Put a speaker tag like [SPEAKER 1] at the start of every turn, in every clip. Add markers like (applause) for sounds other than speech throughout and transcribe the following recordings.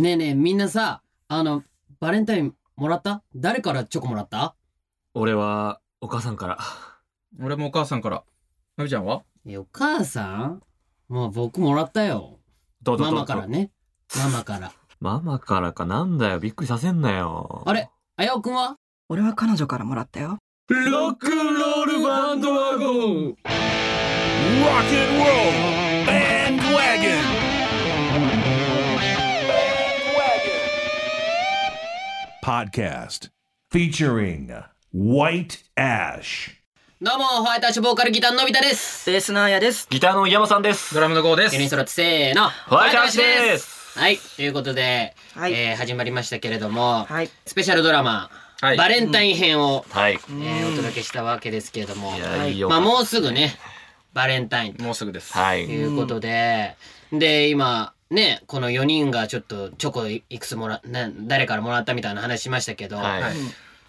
[SPEAKER 1] ねえねえ、みんなさ、あの、バレンタインもらった誰からチョコもらった
[SPEAKER 2] 俺は、お母さんから。 (laughs)
[SPEAKER 3] 俺もお母さんから。なみちゃんは
[SPEAKER 1] え、お母さんまあ僕もらったよ。
[SPEAKER 2] どうどう
[SPEAKER 1] マ
[SPEAKER 2] どう
[SPEAKER 1] マから。ね。ママから。
[SPEAKER 2] ママからかなんだよ。びっくりさせんなよ。
[SPEAKER 1] あれあやおくんは
[SPEAKER 4] 俺は彼女からもらったよ。
[SPEAKER 2] ロックンロールバンドワゴン
[SPEAKER 5] Rock and roll bandwagon. Podcast featuring White Ash.
[SPEAKER 1] どうも、ホワイトアッシュボーカルギターののび太です。
[SPEAKER 4] ベースのあやです。
[SPEAKER 2] ギターの山さんです。
[SPEAKER 3] ドラムのゴーで
[SPEAKER 1] 4人
[SPEAKER 3] す。
[SPEAKER 1] 揃ってせーの。ホ。
[SPEAKER 2] ホワイトアッシュですす。
[SPEAKER 1] はい、ということで、
[SPEAKER 4] はい
[SPEAKER 1] えー始まりましたけれども、
[SPEAKER 4] はい。
[SPEAKER 1] スペシャルドラマ、
[SPEAKER 3] はい
[SPEAKER 1] バレンタイン編を、
[SPEAKER 2] はい。
[SPEAKER 1] えーお届けしたわけですけれども、
[SPEAKER 2] いや、いいよ。
[SPEAKER 1] まあもうすぐね、バレンタインと
[SPEAKER 3] もうすぐです。
[SPEAKER 2] は
[SPEAKER 1] と
[SPEAKER 2] い。
[SPEAKER 1] いうことで、で今ねこの4人がちょっとチョコいいくつもらな誰からもらったみたいな話しましたけど、
[SPEAKER 2] はい
[SPEAKER 3] はい。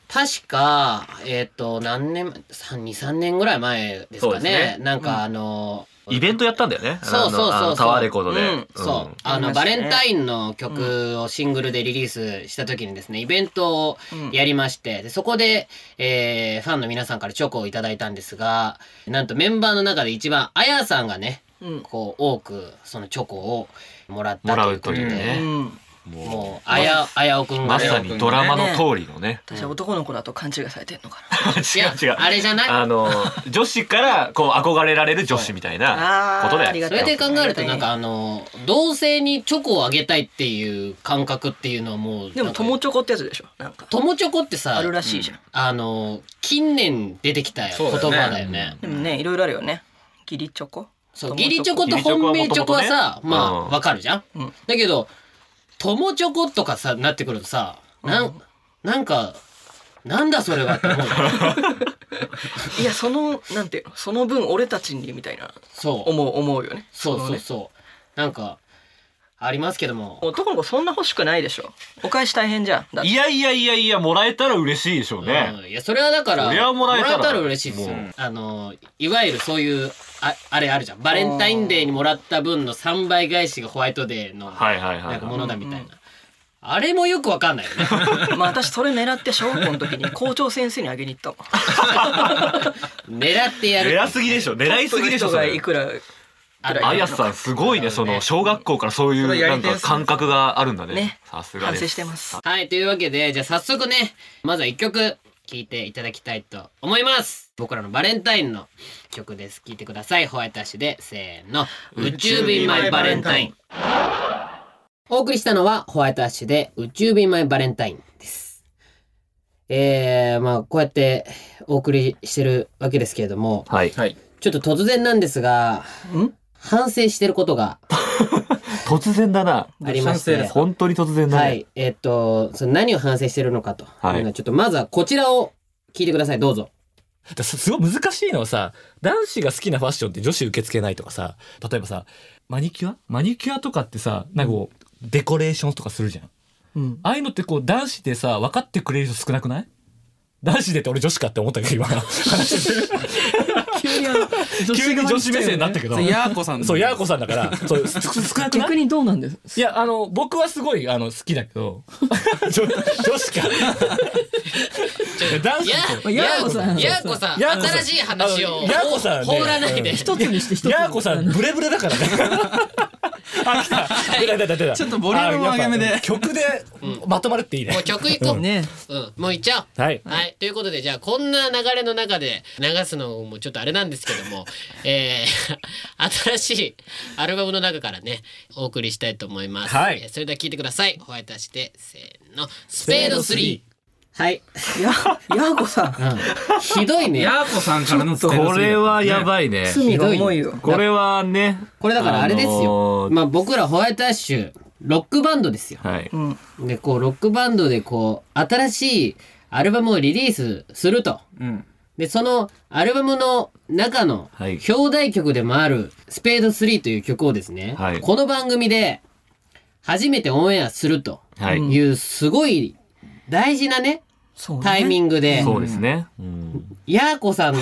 [SPEAKER 1] 確かえっ、と何年23年ぐらい前です
[SPEAKER 2] そう
[SPEAKER 1] か
[SPEAKER 2] です
[SPEAKER 1] ね
[SPEAKER 2] ね
[SPEAKER 1] なんか、あの
[SPEAKER 2] イベントやったんだよね。
[SPEAKER 1] そうそうそうそう
[SPEAKER 2] あのあのタワーレコードで。
[SPEAKER 3] うん
[SPEAKER 1] そう、
[SPEAKER 2] ん
[SPEAKER 1] あの
[SPEAKER 4] ありま
[SPEAKER 1] バ
[SPEAKER 4] したね
[SPEAKER 1] レンタインの曲をシングルでリリースした時にですねイベントを
[SPEAKER 4] うん
[SPEAKER 1] やりまして、でそこで、えーファンの皆さんからチョコをいただいたんですがなんとメンバーの中で一番あやさんがね
[SPEAKER 4] うん。
[SPEAKER 1] こう多くそのチョコをもらった
[SPEAKER 2] もら
[SPEAKER 1] といううことと
[SPEAKER 2] いう
[SPEAKER 1] で
[SPEAKER 4] う
[SPEAKER 2] ね。
[SPEAKER 4] ん。
[SPEAKER 1] もうあやあやおくんが
[SPEAKER 2] ま
[SPEAKER 1] ね
[SPEAKER 2] さにドラマの通りのね。
[SPEAKER 4] 私は男の子だと勘違いされてんのか
[SPEAKER 1] い
[SPEAKER 2] (laughs) 違
[SPEAKER 1] や
[SPEAKER 2] う違う。
[SPEAKER 1] あれじゃない
[SPEAKER 2] あの、女子から、こう、憧れられる女子みたいな
[SPEAKER 4] な。
[SPEAKER 2] ことだ
[SPEAKER 4] ありが
[SPEAKER 2] よ。
[SPEAKER 1] そ
[SPEAKER 4] たい
[SPEAKER 1] れで考えるとなんかあの同性にチョコをあげたいっていう感覚っていうのはもう
[SPEAKER 4] でも友
[SPEAKER 1] 友
[SPEAKER 4] チョコってやつでしょ。なんか。
[SPEAKER 1] 友チョコってさ
[SPEAKER 4] あるらしいじゃん。
[SPEAKER 1] あの近年出てきた言葉だよね
[SPEAKER 4] でもね、いろいろあるよね。義理チョコ。
[SPEAKER 1] そう
[SPEAKER 4] 友
[SPEAKER 1] 義理チョコと本命チョコはさ
[SPEAKER 2] 義理チョコは元々ね
[SPEAKER 1] まあ
[SPEAKER 2] うん
[SPEAKER 1] わかるじゃん、
[SPEAKER 4] うん
[SPEAKER 1] だけど友チョコとかさなってくるとさなん,、なんかなんだそれはって思うよ
[SPEAKER 4] (laughs) いや、その、なんていうの、その分俺たちにみたいな、
[SPEAKER 1] そう
[SPEAKER 4] 思う、思うよね。
[SPEAKER 1] そう
[SPEAKER 4] の
[SPEAKER 1] そう
[SPEAKER 4] ね
[SPEAKER 1] そう。なんか、ありますけども。
[SPEAKER 4] 男の子そんな欲しくないでしょ。お返し大変じゃん。だって
[SPEAKER 2] いやいやいやいや、もらえたら嬉しいでしょうね。
[SPEAKER 1] うんいや、それはだから、
[SPEAKER 2] それはもらえたら
[SPEAKER 1] 嬉しいですよ
[SPEAKER 2] もう。
[SPEAKER 1] あの、いわゆるそういう、ああれあるじゃん。バレンタインデーにもらった分の3倍返しがホワイトデーの、
[SPEAKER 2] はいはいはい
[SPEAKER 1] なんか
[SPEAKER 2] は
[SPEAKER 1] も
[SPEAKER 2] い。
[SPEAKER 1] のだみたいな。あれもよくわかんないよね。
[SPEAKER 4] (laughs) まあ私それ狙って小学校の時に校長先生にあげに行ったも
[SPEAKER 1] (laughs)
[SPEAKER 4] ん。
[SPEAKER 1] 狙ってやる。
[SPEAKER 2] 偉すぎでしょ。狙いすぎでしょ、
[SPEAKER 4] ト
[SPEAKER 2] そ
[SPEAKER 4] ップの人が
[SPEAKER 2] れ
[SPEAKER 4] い。くら、
[SPEAKER 1] あの
[SPEAKER 2] あやさんすごいね、その小学校からそういう
[SPEAKER 3] それや
[SPEAKER 2] な
[SPEAKER 3] り
[SPEAKER 2] ん
[SPEAKER 3] 手で
[SPEAKER 2] か
[SPEAKER 3] すね
[SPEAKER 2] 感覚があるんだね。
[SPEAKER 4] ね
[SPEAKER 2] さすが
[SPEAKER 4] 反
[SPEAKER 2] で
[SPEAKER 4] 省
[SPEAKER 2] す。
[SPEAKER 4] してます。
[SPEAKER 1] はい、というわけで、じゃあ早速ね、まずは1曲聴いていただきたいと思います。僕らのバレンタインの曲です。聴いてください。ホワイトアッシュで、せーの。宇宙便マイバレンタイン。お送りしたのは、ホワイトアッシュで、宇宙便マイバレンタインです。えー、まあ、こうやってお送りしてるわけですけれども、
[SPEAKER 2] はい。
[SPEAKER 3] はい。
[SPEAKER 1] ちょっと突然なんですが、
[SPEAKER 4] ん
[SPEAKER 1] 反省してることが
[SPEAKER 2] (laughs) 突然だな。
[SPEAKER 1] ありまし
[SPEAKER 3] 反省
[SPEAKER 1] て
[SPEAKER 3] で、す
[SPEAKER 2] 本当に突然だ
[SPEAKER 1] は
[SPEAKER 2] ね。
[SPEAKER 1] い。えっと、その何を反省してるのかと。
[SPEAKER 2] はい
[SPEAKER 1] いうのちょっとまずはこちらを聞いてください。どうぞ。
[SPEAKER 6] だすすごい難しいのはさ、男子が好きなファッションって女子受け付けないとかさ、例えばさ、マニキュアマニキュアとかってさ、なんかこう、デコレーションとかするじゃん。
[SPEAKER 4] うん。
[SPEAKER 6] ああいうのってこう、男子でさ、分かってくれる人少なくない男子でって俺女子かって思ったけど、今。話してて
[SPEAKER 4] 急にあの
[SPEAKER 6] 急に女子目線になったけど。
[SPEAKER 3] ヤーコさん
[SPEAKER 6] そう、ヤーコさんだから、そう、す少なくない
[SPEAKER 4] 逆にどうなんです
[SPEAKER 6] いや、あの、僕はすごい、あの、好きだけど、女 (laughs) 女子か。いや男子って
[SPEAKER 4] やーこさん
[SPEAKER 1] やーこさん
[SPEAKER 6] やーこさん
[SPEAKER 1] 新しい話を
[SPEAKER 6] あのやーこさんね
[SPEAKER 1] ほ放らないで。
[SPEAKER 6] うん
[SPEAKER 1] 一
[SPEAKER 4] つにして一
[SPEAKER 6] ヤーコさんブレブレだからね。 (laughs) あ来た出た出た出た。
[SPEAKER 3] ちょっとボリュームを上げ目で
[SPEAKER 6] あやっぱ曲でまとまるっていいね
[SPEAKER 1] もう。曲いこう。
[SPEAKER 4] ね
[SPEAKER 1] うん、もういっちゃおう。
[SPEAKER 6] はい
[SPEAKER 1] はい。ということで、じゃあ、こんな流れの中で流すのもちょっとあれなんですけど
[SPEAKER 2] (laughs)
[SPEAKER 1] も、えー、新しいアルバムの中からね、お送りしたいと思います。
[SPEAKER 6] はい
[SPEAKER 1] えーそれでは聴いてください。ホワイトアッシュで、せーの、スペード3。はい。
[SPEAKER 4] や、やーこさん。
[SPEAKER 1] ひどいね
[SPEAKER 3] ヤーコさんからの
[SPEAKER 2] これはや
[SPEAKER 3] い。
[SPEAKER 2] ばいね。
[SPEAKER 4] 罪が重いよ。
[SPEAKER 2] これはね。
[SPEAKER 1] これだからあれですよ。
[SPEAKER 2] あのー
[SPEAKER 1] まあ僕らホワイトアッシュ、ロックバンドですよ。
[SPEAKER 2] はい。
[SPEAKER 4] うん。
[SPEAKER 1] で、こう、ロックバンドでこう、新しいアルバムをリリースすると。
[SPEAKER 3] うん。
[SPEAKER 1] で、そのアルバムの中の
[SPEAKER 2] はい
[SPEAKER 1] 表題曲でもあるスペード3という曲をですね、
[SPEAKER 2] はい
[SPEAKER 1] この番組で初めてオンエアすると
[SPEAKER 2] はい。
[SPEAKER 1] いうすごい大事なね、
[SPEAKER 4] そうね
[SPEAKER 1] タイミングで、
[SPEAKER 6] そうですね。うん。
[SPEAKER 1] ヤーコさん、ど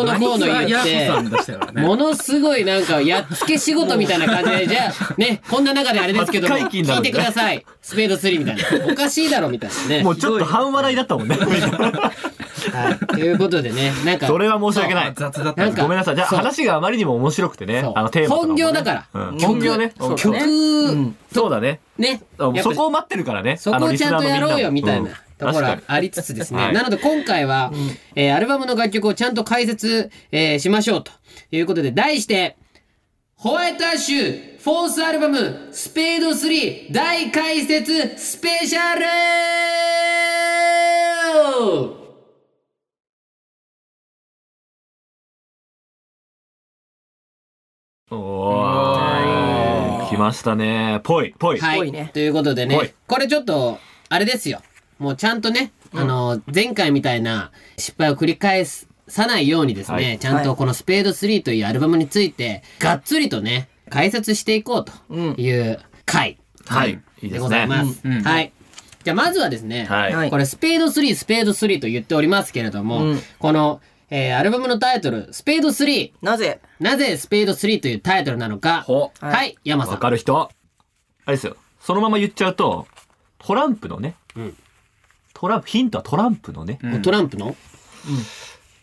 [SPEAKER 1] うのこうの言
[SPEAKER 3] ヤ
[SPEAKER 1] っ
[SPEAKER 3] ー
[SPEAKER 1] て
[SPEAKER 3] コさ、んでしたからね。
[SPEAKER 1] ものすごいなんか、やっつけ仕事みたいな感じで、じゃ (laughs) あ、ね、こんな中であれですけども、
[SPEAKER 6] 初解禁な
[SPEAKER 1] 聞い
[SPEAKER 6] のに
[SPEAKER 1] てください。スペード3みたいな。おかしいだろ、みたいなね。
[SPEAKER 6] もうちょっと半笑いだったもんね。
[SPEAKER 1] はい。ということでね、なんか、
[SPEAKER 6] それは申し訳ない。
[SPEAKER 3] 雑だっ
[SPEAKER 1] な
[SPEAKER 3] た
[SPEAKER 1] んか
[SPEAKER 3] な。
[SPEAKER 6] ごめんなさい。じゃあ
[SPEAKER 1] そう
[SPEAKER 6] 話があまりにも面白くてね
[SPEAKER 1] そう。
[SPEAKER 6] あのテーマとかもね
[SPEAKER 1] 本業だから
[SPEAKER 6] うん
[SPEAKER 1] 曲
[SPEAKER 6] 本業ね。
[SPEAKER 1] そう
[SPEAKER 6] そう
[SPEAKER 1] 曲、
[SPEAKER 6] ねそうだね。
[SPEAKER 1] ね、
[SPEAKER 6] そ
[SPEAKER 1] やっぱ
[SPEAKER 6] こを待ってるからね。
[SPEAKER 1] そこをちゃんとやろうよみたいなところ
[SPEAKER 6] は
[SPEAKER 1] はありつつですね、
[SPEAKER 6] はい
[SPEAKER 1] なので今回は、えーアルバムの楽曲をちゃんと解説、えーしましょうということで題して「ホワイトアッシュフォースアルバムスペード3大解説スペシャル」
[SPEAKER 6] おおー来ましたね。ぽい、ぽい。
[SPEAKER 1] は
[SPEAKER 4] 多
[SPEAKER 1] い、
[SPEAKER 4] いね
[SPEAKER 1] ということで
[SPEAKER 6] 多
[SPEAKER 1] ね
[SPEAKER 6] い
[SPEAKER 1] これちょっとあれですよもうちゃんとね、あの前回みたいな失敗を繰り返すさないようにですね、
[SPEAKER 6] はい
[SPEAKER 1] ちゃんとこの「スペード3」というアルバムについてがっつりとね解説していこうという回、
[SPEAKER 6] はいいいですね
[SPEAKER 1] でございます。
[SPEAKER 3] うんうん
[SPEAKER 1] はいじゃあまずはですね、
[SPEAKER 6] はい
[SPEAKER 4] はい
[SPEAKER 1] これ「スペード3」「スペード3」と言っておりますけれども、
[SPEAKER 4] うん
[SPEAKER 1] この、えーアルバムのタイトル「スペード3」
[SPEAKER 4] なぜ
[SPEAKER 1] なぜ「スペード3」というタイトルなのか
[SPEAKER 6] ほ
[SPEAKER 1] はい、山さ
[SPEAKER 6] わ
[SPEAKER 1] ん
[SPEAKER 6] かる人あれですよ。そのまま言っちゃうと、トランプのね、
[SPEAKER 1] うん
[SPEAKER 6] トランプ、ヒントはトランプのね、
[SPEAKER 3] うん
[SPEAKER 1] トランプの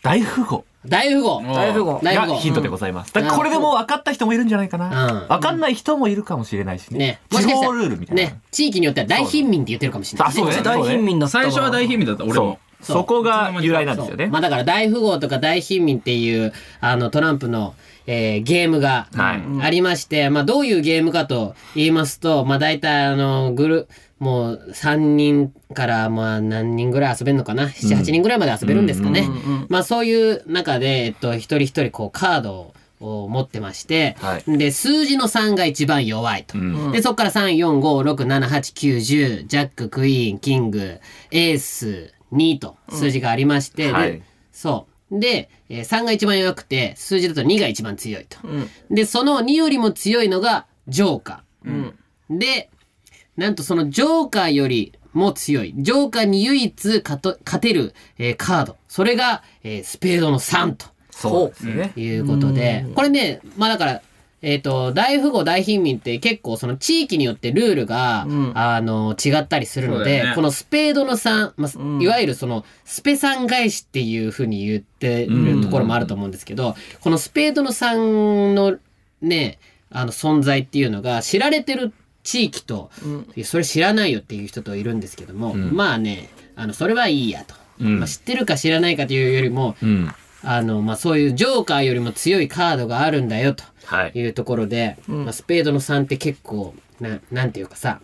[SPEAKER 6] 大富豪
[SPEAKER 1] 大富豪
[SPEAKER 4] 大富豪
[SPEAKER 1] 大
[SPEAKER 6] が
[SPEAKER 1] 富豪
[SPEAKER 6] ヒントでございます。だか
[SPEAKER 1] う
[SPEAKER 6] ら
[SPEAKER 1] ん
[SPEAKER 6] これでもう分かった人もいるんじゃないかな。
[SPEAKER 1] うん
[SPEAKER 6] 分かんない人もいるかもしれないし
[SPEAKER 1] ね
[SPEAKER 6] ね。、
[SPEAKER 1] も
[SPEAKER 6] 地
[SPEAKER 1] しかした
[SPEAKER 6] 方
[SPEAKER 1] ら
[SPEAKER 6] ルールみたいな。
[SPEAKER 1] ね、地域によっては大貧民って言ってるかもしれない、
[SPEAKER 6] あ、そうね。
[SPEAKER 4] 大貧民だったわ
[SPEAKER 3] 最初は大貧民だった、俺
[SPEAKER 6] そ
[SPEAKER 3] も。
[SPEAKER 6] う。そこが由来なん
[SPEAKER 1] そ
[SPEAKER 6] で
[SPEAKER 1] う
[SPEAKER 6] すよね
[SPEAKER 1] ま。あだから大富豪とか大貧民っていうあのトランプの、えーゲームが
[SPEAKER 6] はい
[SPEAKER 1] ありまして、まあどういうゲームかと言いますと、まあ大体あのグルもう3人からまあ何人ぐらい遊べるのかな7、8人ぐらいまで遊べるんですかね、まあそういう中で、えっと、一人一人こうカードをを持ってまして、
[SPEAKER 6] はい
[SPEAKER 1] で数字の3が一番弱いと、
[SPEAKER 6] ん
[SPEAKER 1] でそこから345678910ジャッククイーンキングエース2と数字がありまして、で
[SPEAKER 6] はい
[SPEAKER 1] そうで、えー3が一番弱くて数字だと2が一番強いと、でその2よりも強いのがジョーカー、でなんとそのジョーカーよりも強いジョーカーに唯一勝と勝てる、えーカードそれが、えースペードの3と。
[SPEAKER 6] そうですね。
[SPEAKER 1] ということで、これね、まあだから、えっ、と、大富豪、大貧民って結構その地域によってルールが、あの、違ったりするの
[SPEAKER 3] そうだ
[SPEAKER 1] で、
[SPEAKER 3] よね
[SPEAKER 1] このスペードの3、まあいわゆるその、スペさん返しっていうふうに言ってるところもあると思うんですけど、このスペードの3のね、あの、存在っていうのが知られてる地域と、それ知らないよっていう人といるんですけども、まあね、あの、それはいいやと。
[SPEAKER 6] うん
[SPEAKER 1] まあ知ってるか知らないかというよりも、
[SPEAKER 6] うん。
[SPEAKER 1] あの、まあ、そういうジョーカーよりも強いカードがあるんだよと
[SPEAKER 6] はい。
[SPEAKER 1] いうところで、まあ、スペードの3って結構な、なんていうかさ、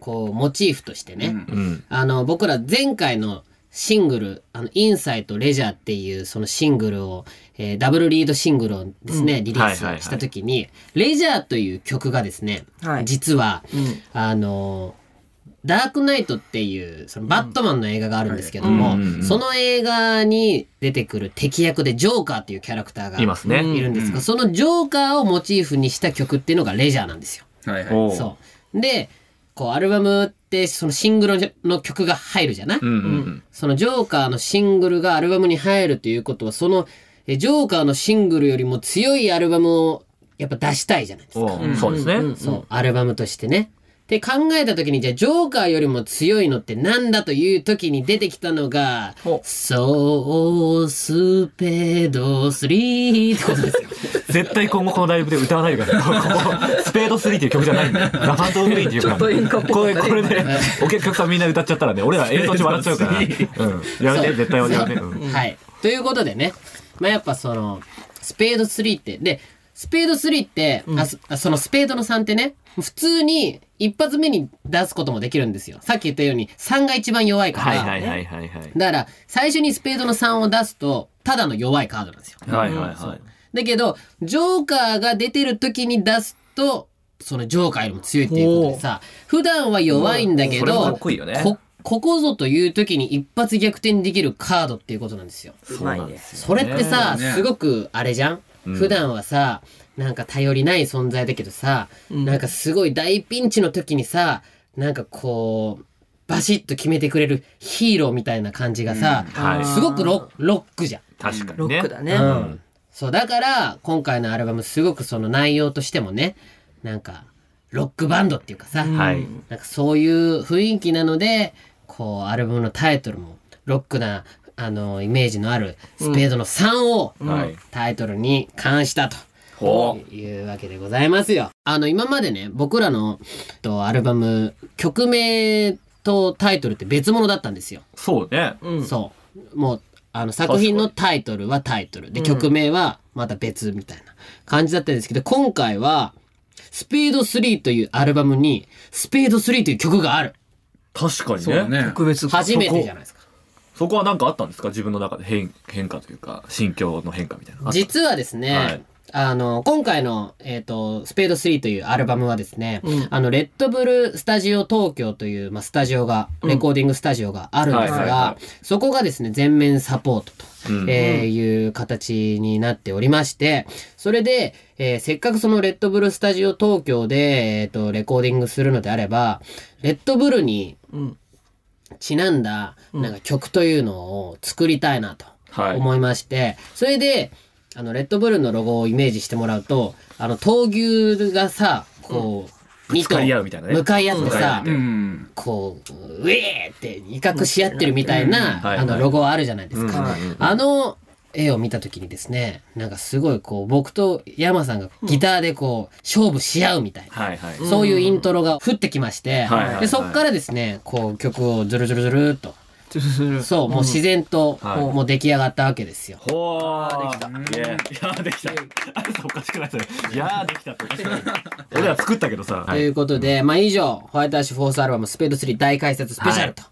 [SPEAKER 1] こう、モチーフとしてね、
[SPEAKER 6] うん。
[SPEAKER 1] あの、僕ら前回のシングル、あの、インサイトレジャーっていうそのシングルを、えーダブルリードシングルをですね、リリース
[SPEAKER 6] はいはいはい
[SPEAKER 1] した時に、レジャーという曲がですね、
[SPEAKER 4] はい
[SPEAKER 1] 実は、あの、ダークナイトっていうそのバットマンの映画があるんですけども、
[SPEAKER 6] うんうん
[SPEAKER 1] その映画に出てくる敵役でジョーカーっていうキャラクターが
[SPEAKER 6] いますね
[SPEAKER 1] いるんですが、そのジョーカーをモチーフにした曲っていうのがレジャーなんですよ。
[SPEAKER 3] はいはい。
[SPEAKER 6] おう
[SPEAKER 1] そう。で、こう、アルバムって、そのシングルの曲が入るじゃない、
[SPEAKER 6] うんうん
[SPEAKER 1] そのジョーカーのシングルがアルバムに入るということは、その、えジョーカーのシングルよりも強いアルバムを、やっぱ出したいじゃないです
[SPEAKER 6] うん。
[SPEAKER 1] か。
[SPEAKER 6] おうそうですね。
[SPEAKER 1] そう、アルバムとしてね。って考えた時に、じゃあ、ジョーカーよりも強いのってなんだという時に出てきたのが、そう、スペード3ってことですよ。
[SPEAKER 6] (laughs) 絶対今後このライブで歌わないでください。ここスペード3っていう曲じゃないんで。ラファントグリーンっていう曲な
[SPEAKER 4] ちょっ
[SPEAKER 6] んで。
[SPEAKER 4] と演歌っぽ
[SPEAKER 6] こ
[SPEAKER 4] かっ
[SPEAKER 6] れ、
[SPEAKER 4] たね
[SPEAKER 6] これで、お客さんみんな歌っちゃったらね、俺ら演奏中笑っちゃうから。うん。やめて、絶対やめて。うん
[SPEAKER 1] はい。ということでね、まあ、やっぱその、スペード3って、で、スペード3って、あそあそのスペードの3ってね、普通に一発目に出すこともできるんですよ。さっき言ったように3が一番弱いから、
[SPEAKER 6] はいはいはいはいはい。
[SPEAKER 1] だから最初にスペードの3を出すと、ただの弱いカードなんですよ。
[SPEAKER 6] はいはいはい。
[SPEAKER 1] だけど、ジョーカーが出てる時に出すと、そのジョーカーよりも強いっていうことでさ、普段は弱いんだけ
[SPEAKER 6] うんそれも
[SPEAKER 1] ど、
[SPEAKER 6] かっこいいよね
[SPEAKER 1] こここぞという時に一発逆転できるカードっていうことなんですよ。
[SPEAKER 4] うまいね
[SPEAKER 1] それってさ、
[SPEAKER 3] ね
[SPEAKER 1] すごくあれじゃん、普段はさなんか頼りない存在だけどさ、なんかすごい大ピンチの時にさなんかこうバシッと決めてくれるヒーローみたいな感じがさ、
[SPEAKER 2] はい
[SPEAKER 1] すごくロロックじゃん。
[SPEAKER 2] 確か
[SPEAKER 4] ロ
[SPEAKER 2] にね
[SPEAKER 4] ックだね。
[SPEAKER 1] うん、そうだから今回のアルバムすごくその内容としてもねなんかロックバンドっていうかさ、
[SPEAKER 2] はい
[SPEAKER 1] なんかそういう雰囲気なのでこうアルバムのタイトルもロックなあのイメージのあるスペードの3を、
[SPEAKER 2] はい
[SPEAKER 1] タイトルに冠したと。
[SPEAKER 2] ほ
[SPEAKER 1] いうわけでございますよ。あの今までね僕らのとアルバム曲名とタイトルって別物だったんですよ。
[SPEAKER 2] そうね
[SPEAKER 4] うん
[SPEAKER 1] そうもうあの作品のタイトルはタイトルで曲名はまた別みたいな感じだったんですけど今回は「スピード3」というアルバムに「スピード3」という曲がある
[SPEAKER 2] 確かに
[SPEAKER 3] そうだ
[SPEAKER 2] ね
[SPEAKER 3] ね。
[SPEAKER 4] 特別
[SPEAKER 1] 初めてじゃないですか
[SPEAKER 2] そこは何かあったんですか自分の中で変変化というか心境の変化みたいなのあった
[SPEAKER 1] 実はですね、
[SPEAKER 2] はい
[SPEAKER 1] あの今回の、えーと「スペード3」というアルバムはですね、
[SPEAKER 4] うん
[SPEAKER 1] あのレッドブルスタジオ東京という、まあ、スタジオがレコーディングスタジオがあるんです
[SPEAKER 2] はいはいは
[SPEAKER 1] がそこがですね全面サポートと。
[SPEAKER 2] うん
[SPEAKER 1] えーいう形になっておりまして、それで、えーせっかくそのレッドブルスタジオ東京で、えっ、と、レコーディングするのであれば、レッドブルに
[SPEAKER 4] うん
[SPEAKER 1] ちなんだ、なんか曲というのを作りたいなと
[SPEAKER 2] はい
[SPEAKER 1] 思いまして、それで、あの、レッドブルのロゴをイメージしてもらうと、あの、闘牛がさ、こう、二
[SPEAKER 2] ぶつかり合うみたいなね
[SPEAKER 1] 向かい合って
[SPEAKER 2] 向かい合
[SPEAKER 1] さ
[SPEAKER 2] っ、
[SPEAKER 3] う
[SPEAKER 2] て
[SPEAKER 3] ん。
[SPEAKER 1] こう、ウェーって威嚇し合ってるみたいな、
[SPEAKER 2] うん
[SPEAKER 1] あの、ロゴあるじゃないです
[SPEAKER 2] うん
[SPEAKER 1] か。あの絵を見た時にですね、なんかすごいこう、僕と山さんがギターでこう、勝負し合うみたいな。
[SPEAKER 2] はいはい
[SPEAKER 1] そういうイントロが降ってきまして
[SPEAKER 2] はいはいは、い
[SPEAKER 1] で、そっからですね、こう、曲をズルズルズルっと、そう、もう自然と、
[SPEAKER 2] はい
[SPEAKER 1] もう出来上がったわけですよ。
[SPEAKER 2] ほー
[SPEAKER 4] あ
[SPEAKER 2] できたいやーできたあれさおかしくないそれいやーできたっておかしくない (laughs) 俺ら作ったけどさ
[SPEAKER 1] ということで、まあ以上、ホワイトアッシュフォースアルバムスペード3大解説スペシャルと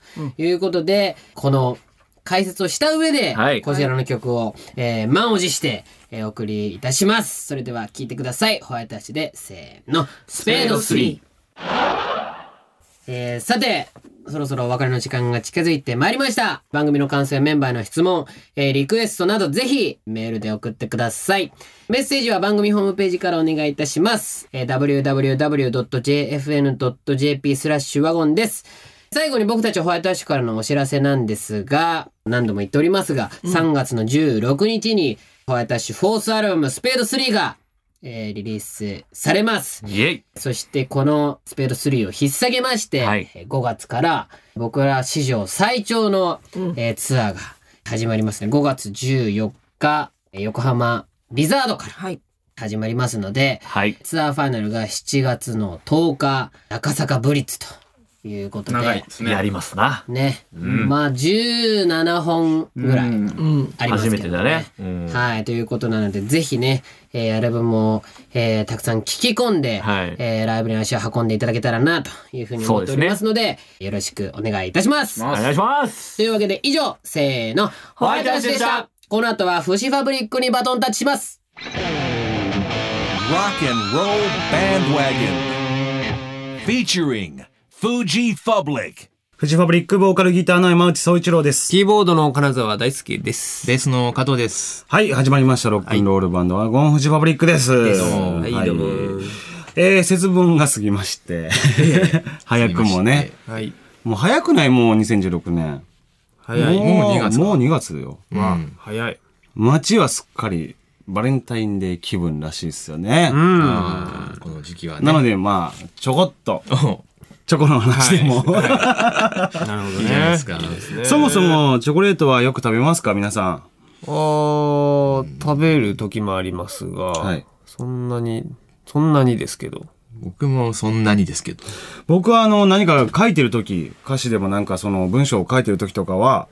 [SPEAKER 1] いうことで、この解説をした上で、
[SPEAKER 2] はい
[SPEAKER 1] こちらの曲を、えー満を持して、えーお送りいたします。それでは聴いてください。ホワイトアッシュで、せーの、スペード3。えー、さて、そろそろお別れの時間が近づいてまいりました。番組の感想やメンバーへの質問、えーリクエストなどぜひメールで送ってください。メッセージは番組ホームページからお願いいたします。えー www.jfn.jp スラッシュワゴンです。最後に僕たちホワイトアッシュからのお知らせなんですが、何度も言っておりますが、3月の16日にホワイトアッシュフォースアルバムスペード3が、えーリリースされます。
[SPEAKER 2] イエイ
[SPEAKER 1] そしてこのスペード3を引っ提げまして、
[SPEAKER 2] はい
[SPEAKER 1] えー5月から僕ら史上最長の、えーツアーが始まりますね。5月14日、えー横浜リザードから
[SPEAKER 4] はい。
[SPEAKER 1] 始まりますので、
[SPEAKER 2] はい
[SPEAKER 1] ツアーファイナルが7月の10日、赤坂ブリッツということで。
[SPEAKER 3] 長いですね。
[SPEAKER 2] やりますな
[SPEAKER 1] ね。まあ17本ぐらい
[SPEAKER 4] うん。
[SPEAKER 1] あります
[SPEAKER 2] 初
[SPEAKER 1] け
[SPEAKER 2] めて
[SPEAKER 1] ど、
[SPEAKER 2] だねうん
[SPEAKER 1] はい、ということなので、ぜひね、えーアルバムを、えーたくさん聴き込んで、
[SPEAKER 2] はい
[SPEAKER 1] えーライブに足を運んでいただけたらな、というふうに思っておりますので、よろしくお願いいたします。
[SPEAKER 2] お願いします
[SPEAKER 1] というわけで、以上、せーの、ホワイトアッシュでし
[SPEAKER 2] ホワイトアッシュでしたた。
[SPEAKER 1] この後は、フシファブリックにバトンタッチします。
[SPEAKER 5] Rock and Roll Bandwagon. Featuring Fuji Public.
[SPEAKER 7] フジファブリックボーカルギターの山内総一郎です。
[SPEAKER 8] キーボードの金沢大輔です。ベースの加藤です。
[SPEAKER 7] はい、始まりました。ロックンロールバンドはゴンフジファブリックです。はい
[SPEAKER 8] はいどうも
[SPEAKER 7] えー、節分が過ぎ
[SPEAKER 8] (laughs)
[SPEAKER 7] まして。早くもね。
[SPEAKER 8] はい。
[SPEAKER 7] もう早くないもう2016年。
[SPEAKER 8] 早い。
[SPEAKER 7] もう2月。もう2月よ。
[SPEAKER 8] まあ、早い。
[SPEAKER 7] 街はすっかりバレンタインデー気分らしいですよね。
[SPEAKER 8] あーこの時期はね。
[SPEAKER 7] なのでまあ、ちょこっと、
[SPEAKER 8] お
[SPEAKER 7] チョコの話でも。
[SPEAKER 8] (laughs) なるほどね。いいじゃないですか。
[SPEAKER 7] そもそもチョコレートはよく食べますか皆さん。
[SPEAKER 8] あー、食べる時もありますが、
[SPEAKER 7] はい
[SPEAKER 8] そんなに、そんなにですけど。僕もそんなにですけど。
[SPEAKER 7] 僕はあの何か書いてる時歌詞でもなんかその文章を書いてる時とかは、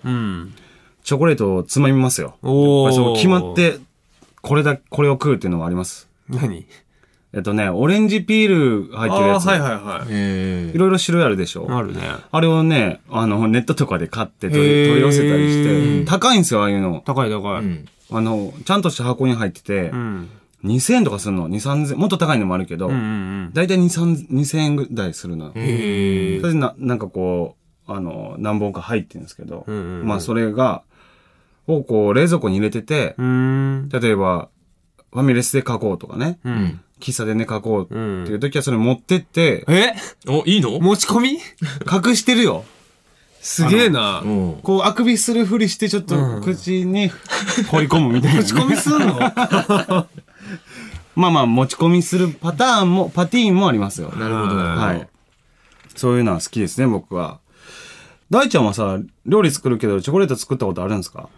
[SPEAKER 7] チョコレートをつまみますよ。
[SPEAKER 8] おー
[SPEAKER 7] やっぱりその決まってこれだこれを食うっていうのはあります。
[SPEAKER 8] 何
[SPEAKER 7] えっとねオレンジピール入ってるやつ、い
[SPEAKER 8] はいはい。えー
[SPEAKER 7] ろいろ種類あるでしょ。
[SPEAKER 8] あるね。
[SPEAKER 7] あれをねあのネットとかで買って取
[SPEAKER 8] へー
[SPEAKER 7] り取り寄せたりして高いんですよああいうの。
[SPEAKER 8] 高い高い。うん。
[SPEAKER 7] あのちゃんとした箱に入ってて、2000円とかするの2000 3000もっと高いのもあるけど、だいたい2000 2000円ぐらいするのよ。
[SPEAKER 8] えー
[SPEAKER 7] それでな、なんかこう、あの、何本か入ってるんですけど、まあそれが、をこう冷蔵庫に入れてて、例えば、ファミレスで書こうとかね、喫茶店で書こうっていう時はそれ持ってって、
[SPEAKER 8] えお、いいの持ち込み
[SPEAKER 7] (laughs) 隠してるよ。すげえな。こう、あくびするふりして、ちょっと口 (laughs) に、放り込むみたいな。持ち込みすんの (laughs) まあまあ、持ち込みするパターンも、パティーンもありますよ。なるほど。はい。そういうのは好きですね、僕は。大ちゃんはさ、料理作るけど、チョコレート作ったことあるんですか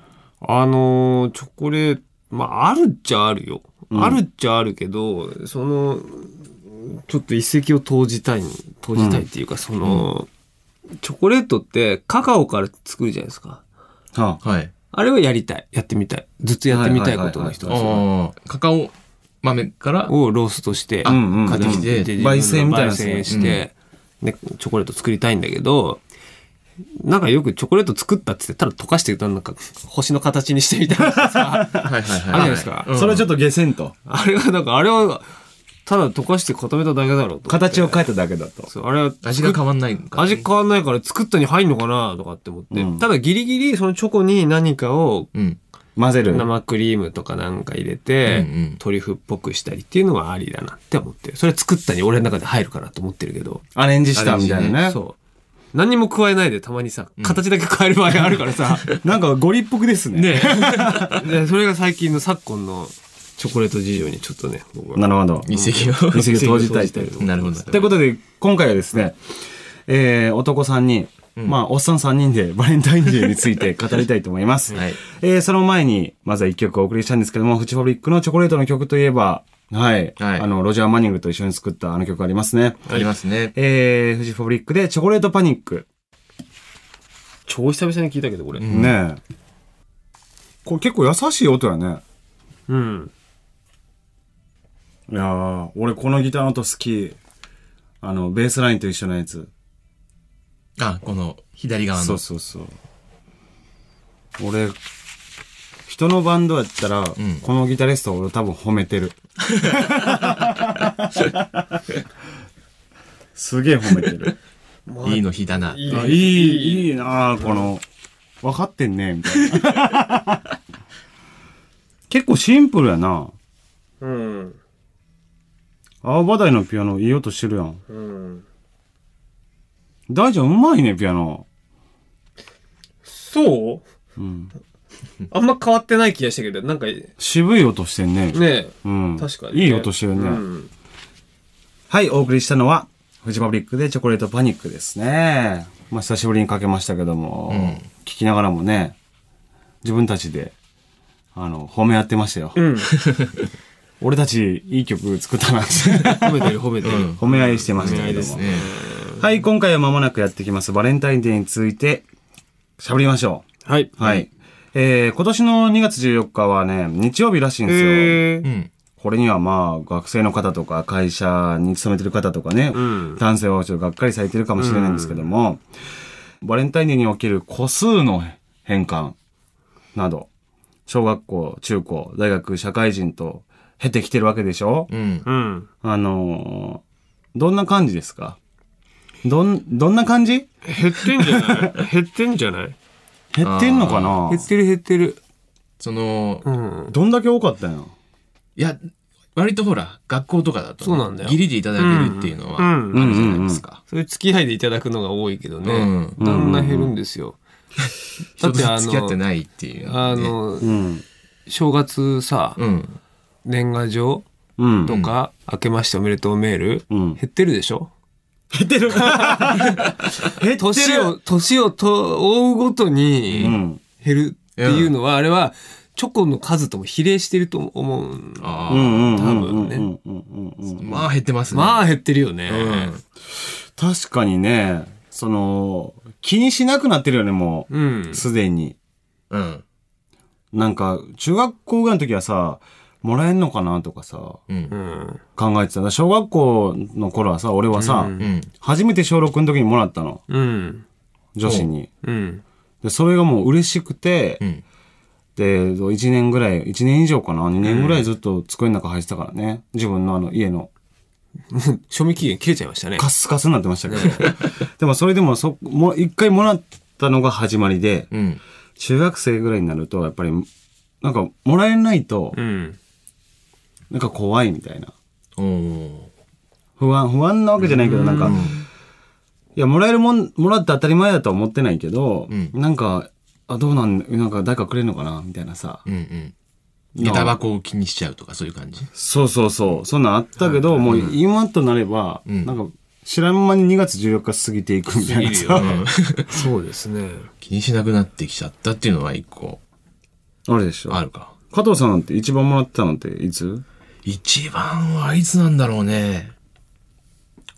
[SPEAKER 8] あのーチョコレート、まあ、あるっちゃあるよ。
[SPEAKER 7] うん
[SPEAKER 8] あるっちゃあるけど、その、ちょっと一石を投じたい、投じたいっていうか、その、チョコレートってカカオから作るじゃないですか。
[SPEAKER 7] はあ、
[SPEAKER 9] はい。
[SPEAKER 8] あれはやりたい。やってみたい。ずっとやってみたいことの一つ。
[SPEAKER 9] ああ、カカオ豆から、
[SPEAKER 8] をローストして、
[SPEAKER 7] あうんうん
[SPEAKER 8] 買ってきて、
[SPEAKER 9] うん
[SPEAKER 8] 自分の
[SPEAKER 7] 焙煎みたいなやつね
[SPEAKER 8] 焙煎して、で、チョコレート作りたいんだけど、なんかよくチョコレート作ったっつって、ただ溶かして、なんか星の形にしてみたいなさ、ある
[SPEAKER 9] (laughs) はいはい
[SPEAKER 8] じ
[SPEAKER 9] は
[SPEAKER 8] ゃ
[SPEAKER 9] い。
[SPEAKER 8] ないですか。
[SPEAKER 7] それはちょっと下せんと。
[SPEAKER 8] あれは、なんかあれは、ただ溶かして固めただけだろうと。
[SPEAKER 7] 形を変えただけだと。
[SPEAKER 8] そうあれは、
[SPEAKER 9] 味が変わんないのか。
[SPEAKER 8] 味変わんないから作ったに入んのかなとかって思って、
[SPEAKER 7] うん
[SPEAKER 8] ただギリギリそのチョコに何かを
[SPEAKER 9] うん。
[SPEAKER 7] 混ぜる。
[SPEAKER 8] 生クリームとかなんか入れて、
[SPEAKER 9] うんうん
[SPEAKER 8] トリュフっぽくしたりっていうのはありだなって思ってるそれ作ったに俺の中で入るかなと思ってるけど、
[SPEAKER 7] アレンジしたみたいなね。
[SPEAKER 8] そう何にも加えないでたまにさ形だけ変える場合があるか
[SPEAKER 9] (laughs)
[SPEAKER 8] らさ、
[SPEAKER 7] (laughs) なんかゴリっぽくです
[SPEAKER 8] (laughs)
[SPEAKER 7] ね。
[SPEAKER 8] ねえでそれが最近の昨今のチョコレート事情にちょっとね僕は
[SPEAKER 7] なるほど。
[SPEAKER 9] 一石を。
[SPEAKER 7] 一石を投じたいという。
[SPEAKER 9] なるほど。
[SPEAKER 7] ということで、今回はですね、えー、男3人、まあ、おっさん3人でバレンタインデーについて語りたいと思います。
[SPEAKER 9] はい
[SPEAKER 7] えー、その前に、まずは1曲お送りしたんですけども、フチファブリックのチョコレートの曲といえば、はい、
[SPEAKER 9] はい
[SPEAKER 7] あの、ロジャー・マニングと一緒に作ったあの曲ありますね。
[SPEAKER 9] ありますね。
[SPEAKER 7] えー、フジファブリックでチョコレートパニック。
[SPEAKER 8] 超久々に聞いたけど俺
[SPEAKER 9] うん
[SPEAKER 7] ねえ。これ結構優しい音やね。
[SPEAKER 8] うん
[SPEAKER 7] いやー、俺このギターの音好き。あの、ベースラインと一緒のやつ。
[SPEAKER 9] あ、この左側の。
[SPEAKER 7] そうそうそう。俺、人のバンドやったら、
[SPEAKER 9] ん
[SPEAKER 7] このギタリスト俺多分褒めてる。すげえ褒めてる。
[SPEAKER 9] いいの日だな。
[SPEAKER 7] あいい、いいなあこの、分かってんね、みたいな。
[SPEAKER 9] (laughs)
[SPEAKER 7] 結構シンプルやな。
[SPEAKER 8] うん
[SPEAKER 7] 青葉台のピアノいい音してるやん。
[SPEAKER 8] うん
[SPEAKER 7] 大ちゃんうまいね、ピアノ。
[SPEAKER 8] そう
[SPEAKER 7] うん。
[SPEAKER 8] あんま変わってない気がしたけどなんかね
[SPEAKER 7] 渋い音してんね。
[SPEAKER 8] え
[SPEAKER 7] うん。
[SPEAKER 8] 確かに、
[SPEAKER 7] いい音してるね。
[SPEAKER 8] うん
[SPEAKER 7] はい、お送りしたのは、フジパブリックでチョコレートパニックですね。まあ、久しぶりにかけましたけども、聞きながらもね、自分たちで、あの、褒め合ってましたよ。
[SPEAKER 8] ん
[SPEAKER 7] (laughs) 俺たち、いい曲作ったなって、
[SPEAKER 8] (laughs) 褒めてる褒めてる、
[SPEAKER 7] (laughs) 褒め合いしてましたけども。はい、今回は間もなくやってきます、バレンタインデーについて、喋りましょ
[SPEAKER 8] はい、
[SPEAKER 7] う。はい。えー、今年の2月14日はね、日曜日らしいんですよ。
[SPEAKER 8] え
[SPEAKER 9] う
[SPEAKER 8] ー
[SPEAKER 9] ん。
[SPEAKER 7] これにはまあ学生の方とか会社に勤めてる方とかね、
[SPEAKER 8] ん
[SPEAKER 7] 男性はちょっとがっかりされてるかもしれないんですけども、バレンタインデーにおける個数の変換など、小学校、中高、大学、社会人と経てきてるわけでしょ、
[SPEAKER 9] うん。
[SPEAKER 8] うん
[SPEAKER 7] あのーどんな感じですかどん、どんな感じ
[SPEAKER 8] 減ってんじゃない減ってんじゃない
[SPEAKER 7] 減ってんのかな
[SPEAKER 8] 減ってる減ってる
[SPEAKER 9] その、
[SPEAKER 8] うん
[SPEAKER 7] どんだけ多かったんや
[SPEAKER 9] いや、割とほら、学校とかだと、
[SPEAKER 8] そうなんだよ
[SPEAKER 9] ギリでいただけるっていうのは、
[SPEAKER 8] う
[SPEAKER 9] あ
[SPEAKER 8] ん、
[SPEAKER 9] るじゃないですか。
[SPEAKER 8] そういう付き合いでいただくのが多いけどね、
[SPEAKER 9] うん
[SPEAKER 8] だんだん減るんですよ、
[SPEAKER 9] 人と
[SPEAKER 8] だってあの
[SPEAKER 9] 付き合ってないっていうね。
[SPEAKER 8] あの、
[SPEAKER 7] うん。
[SPEAKER 8] 正月さ、
[SPEAKER 9] うん。
[SPEAKER 8] 年賀状
[SPEAKER 7] うん。
[SPEAKER 8] とか、明けましておめでとうメール、
[SPEAKER 7] うん
[SPEAKER 8] 減ってるでしょ (laughs)
[SPEAKER 7] 減ってる減ってる
[SPEAKER 8] 年を、年をと追うごと
[SPEAKER 7] う
[SPEAKER 8] に
[SPEAKER 7] ん。
[SPEAKER 8] 減るっていうのは、あれは、チョコの数とも比例してると思うんだ
[SPEAKER 9] ああ、
[SPEAKER 7] うんうん
[SPEAKER 8] 多分ね
[SPEAKER 7] うんうんうんうんうん
[SPEAKER 9] まあ減ってますね。
[SPEAKER 8] まあ減ってるよね。
[SPEAKER 7] 確かにね、その、気にしなくなってるよね、も
[SPEAKER 8] うん。
[SPEAKER 7] う、すでに。
[SPEAKER 9] うん。
[SPEAKER 7] なんか、中学校ぐらいの時はさ、もらえんのかなとかさ、
[SPEAKER 9] うん。
[SPEAKER 8] うん。
[SPEAKER 7] 考えてた。だから小学校の頃はさ、俺はさ、
[SPEAKER 9] うん。
[SPEAKER 7] 初めて小6の時にもらったの、
[SPEAKER 8] うん。
[SPEAKER 7] 女子に。
[SPEAKER 8] うん。
[SPEAKER 7] で、それがもう嬉しくて、
[SPEAKER 9] うん
[SPEAKER 7] で、1年ぐらい、1年以上かな、2年ぐらいずっと机の中入ってたからね。自分のあの、家の、
[SPEAKER 8] (laughs) 賞味期限切れちゃいましたね。
[SPEAKER 7] カスカスになってましたけど。 (laughs) でもそれでも、そ、もう一回もらったのが始まりで、
[SPEAKER 9] うん。
[SPEAKER 7] 中学生ぐらいになると、やっぱり、なんか、もらえないと
[SPEAKER 8] う、ん。
[SPEAKER 7] なんか怖いみたいな。
[SPEAKER 9] おー
[SPEAKER 7] 不安、不安なわけじゃないけど、なんか、いや、もらえるもん、もらって当たり前だとは思ってないけど、
[SPEAKER 9] うん
[SPEAKER 7] なんか、あ、どうなん、なんか誰かくれるのかなみたいなさ。
[SPEAKER 9] うんうん。下駄箱を気にしちゃうとかそういう感じ。
[SPEAKER 7] そうそうそう。そんなんあったけど、もう今となれば、
[SPEAKER 9] うん
[SPEAKER 7] なんか、知らん間に2月14日過ぎていくみたいなさ。
[SPEAKER 3] そうですね。
[SPEAKER 9] 気にしなくなってきちゃったっていうのは一個
[SPEAKER 7] (laughs) あれでしょ。
[SPEAKER 9] あるか。
[SPEAKER 7] 加藤さんなんて一番もらってたのっていつ
[SPEAKER 9] 一番はいつなんだろうね。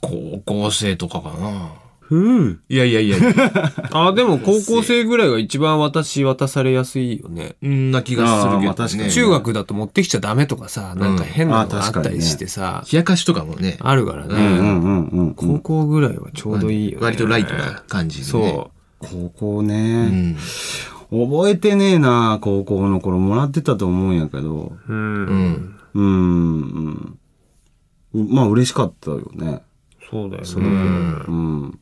[SPEAKER 9] 高校生とかかな。
[SPEAKER 8] うん。
[SPEAKER 9] いやいやいや、
[SPEAKER 8] (laughs) あ、でも高校生ぐらいが一番私渡されやすいよね。
[SPEAKER 9] んな気がするけど、
[SPEAKER 7] あー
[SPEAKER 9] ね。
[SPEAKER 7] まあ確かに
[SPEAKER 8] 中学だと持ってきちゃダメとかさ、なんか変なのがあったりしてさ、
[SPEAKER 9] 冷やかしとかもね、
[SPEAKER 8] あるから
[SPEAKER 7] う
[SPEAKER 8] ね。
[SPEAKER 7] んうんうんう
[SPEAKER 8] 高
[SPEAKER 7] ん。
[SPEAKER 8] 校ぐらいはちょうどいいよね。
[SPEAKER 9] 割とライトな感じで、ね。
[SPEAKER 8] そ
[SPEAKER 7] 高校
[SPEAKER 9] う
[SPEAKER 7] ね、
[SPEAKER 9] ん。
[SPEAKER 7] 覚えてねえな、高校の頃もらってたと思うんやけど。
[SPEAKER 8] う。う。
[SPEAKER 9] うんん。
[SPEAKER 7] うーん。まあ嬉しかったよね。
[SPEAKER 8] そうだよね。
[SPEAKER 7] うん。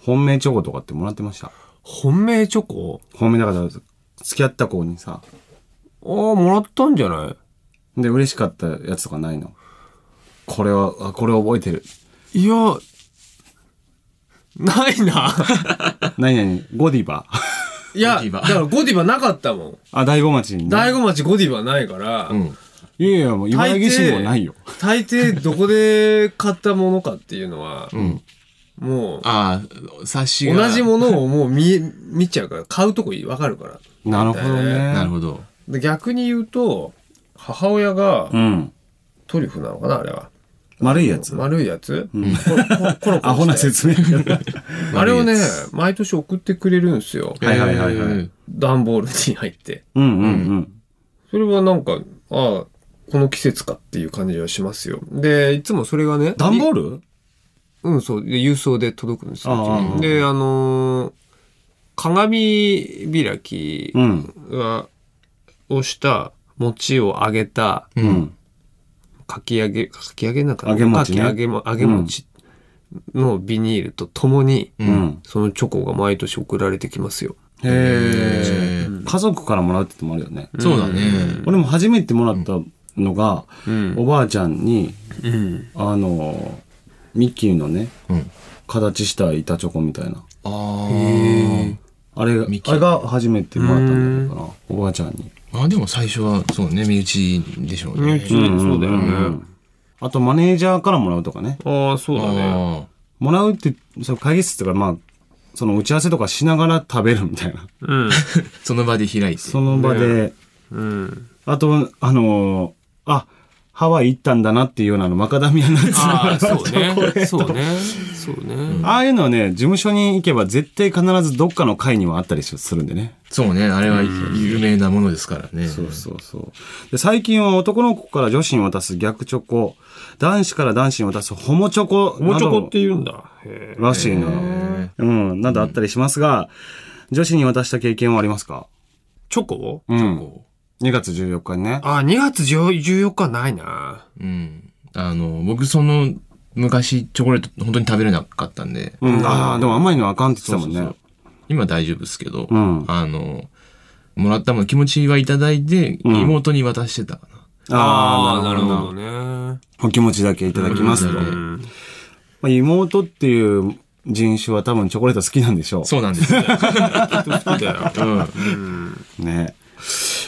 [SPEAKER 7] 本命チョコとかってもらってました。
[SPEAKER 8] 本命チョコ
[SPEAKER 7] 本命だから、付き合った子にさ。
[SPEAKER 8] ああ、もらったんじゃない
[SPEAKER 7] で、嬉しかったやつとかないのこれは、あ、これ覚えてる。
[SPEAKER 8] いや、ない (laughs) な。
[SPEAKER 7] 何々、ゴディバ。
[SPEAKER 8] いや、
[SPEAKER 9] ゴディ
[SPEAKER 8] だ
[SPEAKER 9] バ
[SPEAKER 8] からゴディバなかったもん。
[SPEAKER 7] あ、大子町に、ね。
[SPEAKER 8] 大子町ゴディバないから、
[SPEAKER 7] いやいや、もう茨城市もないよ。
[SPEAKER 8] 大抵どこで買ったものかっていうのは、もう、
[SPEAKER 9] ああ、冊子が。
[SPEAKER 8] 同じものをもう見え、見ちゃうから、買うとこわかるから。
[SPEAKER 7] なるほどね。
[SPEAKER 9] なるほど。
[SPEAKER 8] で逆に言うと、母親が、
[SPEAKER 7] うん。
[SPEAKER 8] トリュフなのかなあれは。
[SPEAKER 7] 丸いやつ。
[SPEAKER 8] 丸いやつ、
[SPEAKER 7] ん
[SPEAKER 8] コロコロコロコロ
[SPEAKER 7] アホな
[SPEAKER 8] して
[SPEAKER 7] 説明。
[SPEAKER 8] あれをね
[SPEAKER 9] 悪いや、
[SPEAKER 8] 毎年送ってくれるんですよ。
[SPEAKER 9] つ
[SPEAKER 7] はいはいはいはい
[SPEAKER 9] うん
[SPEAKER 8] 段ボールに入って。
[SPEAKER 7] うんうん
[SPEAKER 8] それはなんか、ああ、この季節かっていう感じはしますよ。で、いつもそれがね。
[SPEAKER 7] ダンボ
[SPEAKER 8] ル
[SPEAKER 7] ール
[SPEAKER 8] うん、そう。で、郵送で届くんですよ。
[SPEAKER 7] ああ
[SPEAKER 8] うちにで、あのー鏡開き
[SPEAKER 7] うん。
[SPEAKER 8] が、をした餅を揚げた、
[SPEAKER 7] うん。
[SPEAKER 8] かき揚げ、かき揚げなんかな
[SPEAKER 7] 揚げ餅ね
[SPEAKER 8] かき揚げも、揚げ餅のビニールとともに、
[SPEAKER 7] うん。
[SPEAKER 8] そのチョコが毎年送られてきますよ。
[SPEAKER 7] へえ。家族からもらうってのもあるよね。
[SPEAKER 9] そうだね。
[SPEAKER 7] 俺も初めてもらったのが、
[SPEAKER 8] うん。
[SPEAKER 7] おばあちゃんに、
[SPEAKER 8] うん。
[SPEAKER 7] あの、ミッキーのね、
[SPEAKER 9] うん
[SPEAKER 7] 形した板チョコみたいな。
[SPEAKER 9] あ
[SPEAKER 7] あれが、
[SPEAKER 9] ミッキー
[SPEAKER 7] あれが初めてもらったんだけどな、おばあちゃんに。
[SPEAKER 9] あ。あ、でも最初は、そうね、身内でしょうね。
[SPEAKER 8] 身内うんそうだよね
[SPEAKER 7] あと、マネージャーからもらうとかね。
[SPEAKER 8] ああ、そうだね。
[SPEAKER 9] あ
[SPEAKER 7] もらうって、その会議室とか、まあ、その打ち合わせとかしながら食べるみたいな。
[SPEAKER 8] うん。
[SPEAKER 9] あその場で開いて。
[SPEAKER 7] その場で、
[SPEAKER 8] うん。
[SPEAKER 7] あと、あのーあ、ハワイ行ったんだなっていうようなあの、マカダミアナッツの
[SPEAKER 8] ああ、そうね。 (laughs) そうね。そうね。
[SPEAKER 7] ああいうのはね、事務所に行けば絶対必ずどっかの会にはあったりするんでね。
[SPEAKER 9] そうね、あれは有名なものですからね。
[SPEAKER 7] そうそうそう。で、最近は男の子から女子に渡す逆チョコ、男子から男子に渡すホモチョコ
[SPEAKER 8] も
[SPEAKER 7] な
[SPEAKER 8] うチョコ
[SPEAKER 7] ど
[SPEAKER 8] って言うんだ。へえ
[SPEAKER 7] らしいな。うん、などあったりしますが、女子に渡した経験はありますか
[SPEAKER 8] チョコ
[SPEAKER 7] うん。2月14日にね。
[SPEAKER 8] ああ、2月14日ないな。
[SPEAKER 9] うん。あの、僕その、昔チョコレート本当に食べれなかったんで、
[SPEAKER 7] うん、ああ、でも甘いのはあかんって言ってたもんね。
[SPEAKER 9] そうそう今大丈夫ですけど、
[SPEAKER 7] うん
[SPEAKER 9] あの、もらったもの気持ちはいただいて、
[SPEAKER 7] ん
[SPEAKER 9] 妹に渡してたかな。
[SPEAKER 7] ああ、なるほど。
[SPEAKER 8] どね。
[SPEAKER 7] お気持ちだけいただきますと。
[SPEAKER 9] う
[SPEAKER 7] まあ、妹っていう人種は多分チョコレート好きなんでしょう。
[SPEAKER 9] そうなんですよ。
[SPEAKER 8] そうだよ。
[SPEAKER 7] (laughs) ね。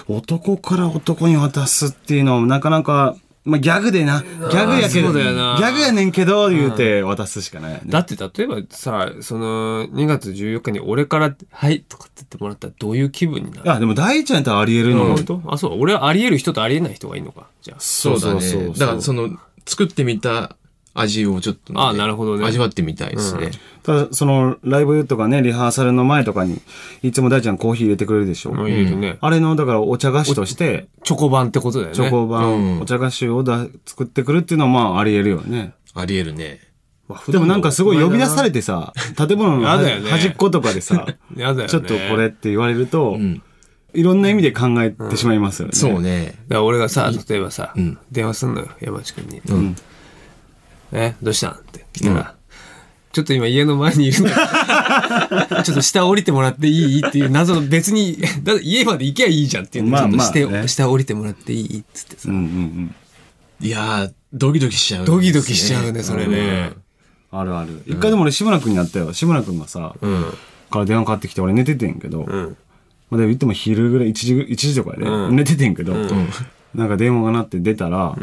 [SPEAKER 7] 男から男に渡すっていうのはなかなか、まあ、ギャグでな。ギャグやけ
[SPEAKER 8] そ
[SPEAKER 7] ど、
[SPEAKER 8] う
[SPEAKER 7] ギ
[SPEAKER 8] だよな
[SPEAKER 7] ャグやねんけど、言うて渡すしかないよね、
[SPEAKER 8] だって例えばさ、その2月14日に俺から、はいとかって言ってもらったらどういう気分になる
[SPEAKER 7] あ、でも大ちゃんとありえるのも
[SPEAKER 8] 本。当あ、そう。俺はあり得る人とあり得ない人がいいのか。じゃあ。
[SPEAKER 9] そうだね。
[SPEAKER 7] そうそうそう
[SPEAKER 9] だからその、作ってみた味をちょっとね、
[SPEAKER 8] あーなるほどね
[SPEAKER 9] 味わってみたいですね。
[SPEAKER 7] ただ、その、ライブとかね、リハーサルの前とかに、いつも大ちゃんコーヒー入れてくれるでしょ。
[SPEAKER 8] もういるね。
[SPEAKER 7] あれの、だからお茶菓子として、
[SPEAKER 8] チョコ版ってことだよね。
[SPEAKER 7] チョコ版、
[SPEAKER 9] うん
[SPEAKER 7] お茶菓子をだ作ってくるっていうのは、まあ、ありえるよね。
[SPEAKER 9] ありえるね。
[SPEAKER 8] まあ。
[SPEAKER 7] でもなんかすごい呼び出さ
[SPEAKER 8] れ
[SPEAKER 7] れ
[SPEAKER 8] (laughs)
[SPEAKER 7] てさ、建物の
[SPEAKER 8] やだよね
[SPEAKER 7] 端っことかでさ、
[SPEAKER 8] やだよね。
[SPEAKER 7] ちょっとこれ
[SPEAKER 8] だ
[SPEAKER 7] っ
[SPEAKER 8] か
[SPEAKER 7] て言われると、
[SPEAKER 9] うん。
[SPEAKER 7] いろんな意味で考えてしまいますよね。
[SPEAKER 9] そうね。
[SPEAKER 8] ら俺がさ、例えばさ
[SPEAKER 9] うん、
[SPEAKER 8] 電話すんのよ、山内くんに。
[SPEAKER 9] うん。
[SPEAKER 8] え、どうしたんって来たら、ちょっと今家の前に
[SPEAKER 9] (laughs)
[SPEAKER 8] いるんだけどちょっと下降りてもらっていいっていう謎の別に、だって家まで行けばいいじゃんっていうの
[SPEAKER 7] まあ
[SPEAKER 8] ちょっと
[SPEAKER 7] まあ
[SPEAKER 8] して
[SPEAKER 7] ね
[SPEAKER 8] 下降りてもらっていいっつってさ
[SPEAKER 7] うんうんうん。
[SPEAKER 9] いやー、ドキドキしちゃう、
[SPEAKER 8] ドキドキしちゃうね、それね。。
[SPEAKER 7] あるある。一回でも俺、志村くんに会ったよ。志村くんがさ、から電話かかってきて、俺寝ててんけど、まあでも言っても昼ぐらい、1時ぐ、1時とかで、寝ててんけど、なんか電話が鳴って出たら、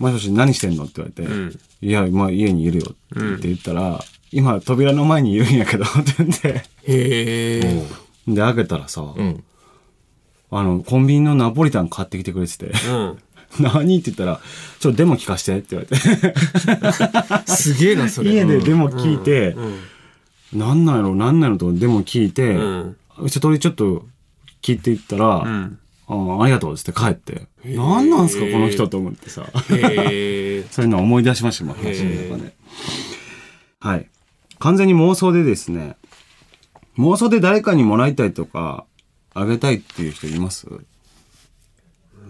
[SPEAKER 7] もしもし何してんのって言われて、いや、まあ家にいるよって言ったら、今扉の前にいるんやけど、って言って、
[SPEAKER 3] へえ。
[SPEAKER 7] で、開けたらさ、
[SPEAKER 3] ん
[SPEAKER 7] あの、コンビニのナポリタン買ってきてくれてて、 (laughs) 何って言ったら、ちょっとデモ聞かしてって言われて。
[SPEAKER 3] (laughs) すげえな、それ。
[SPEAKER 7] 家でデモ聞いて、なんなんやろ、なんなんやろとデモ聞いて、一通りちょっと聞いていったら、あありがとうっつって帰って、なんなんすかこの人と思ってさ、
[SPEAKER 3] へえ。
[SPEAKER 7] (laughs) そういうのを思い出しました、今話の中で。はい。完全に妄想でですね、妄想で誰かにもらいたいとか、あげたいっていう人います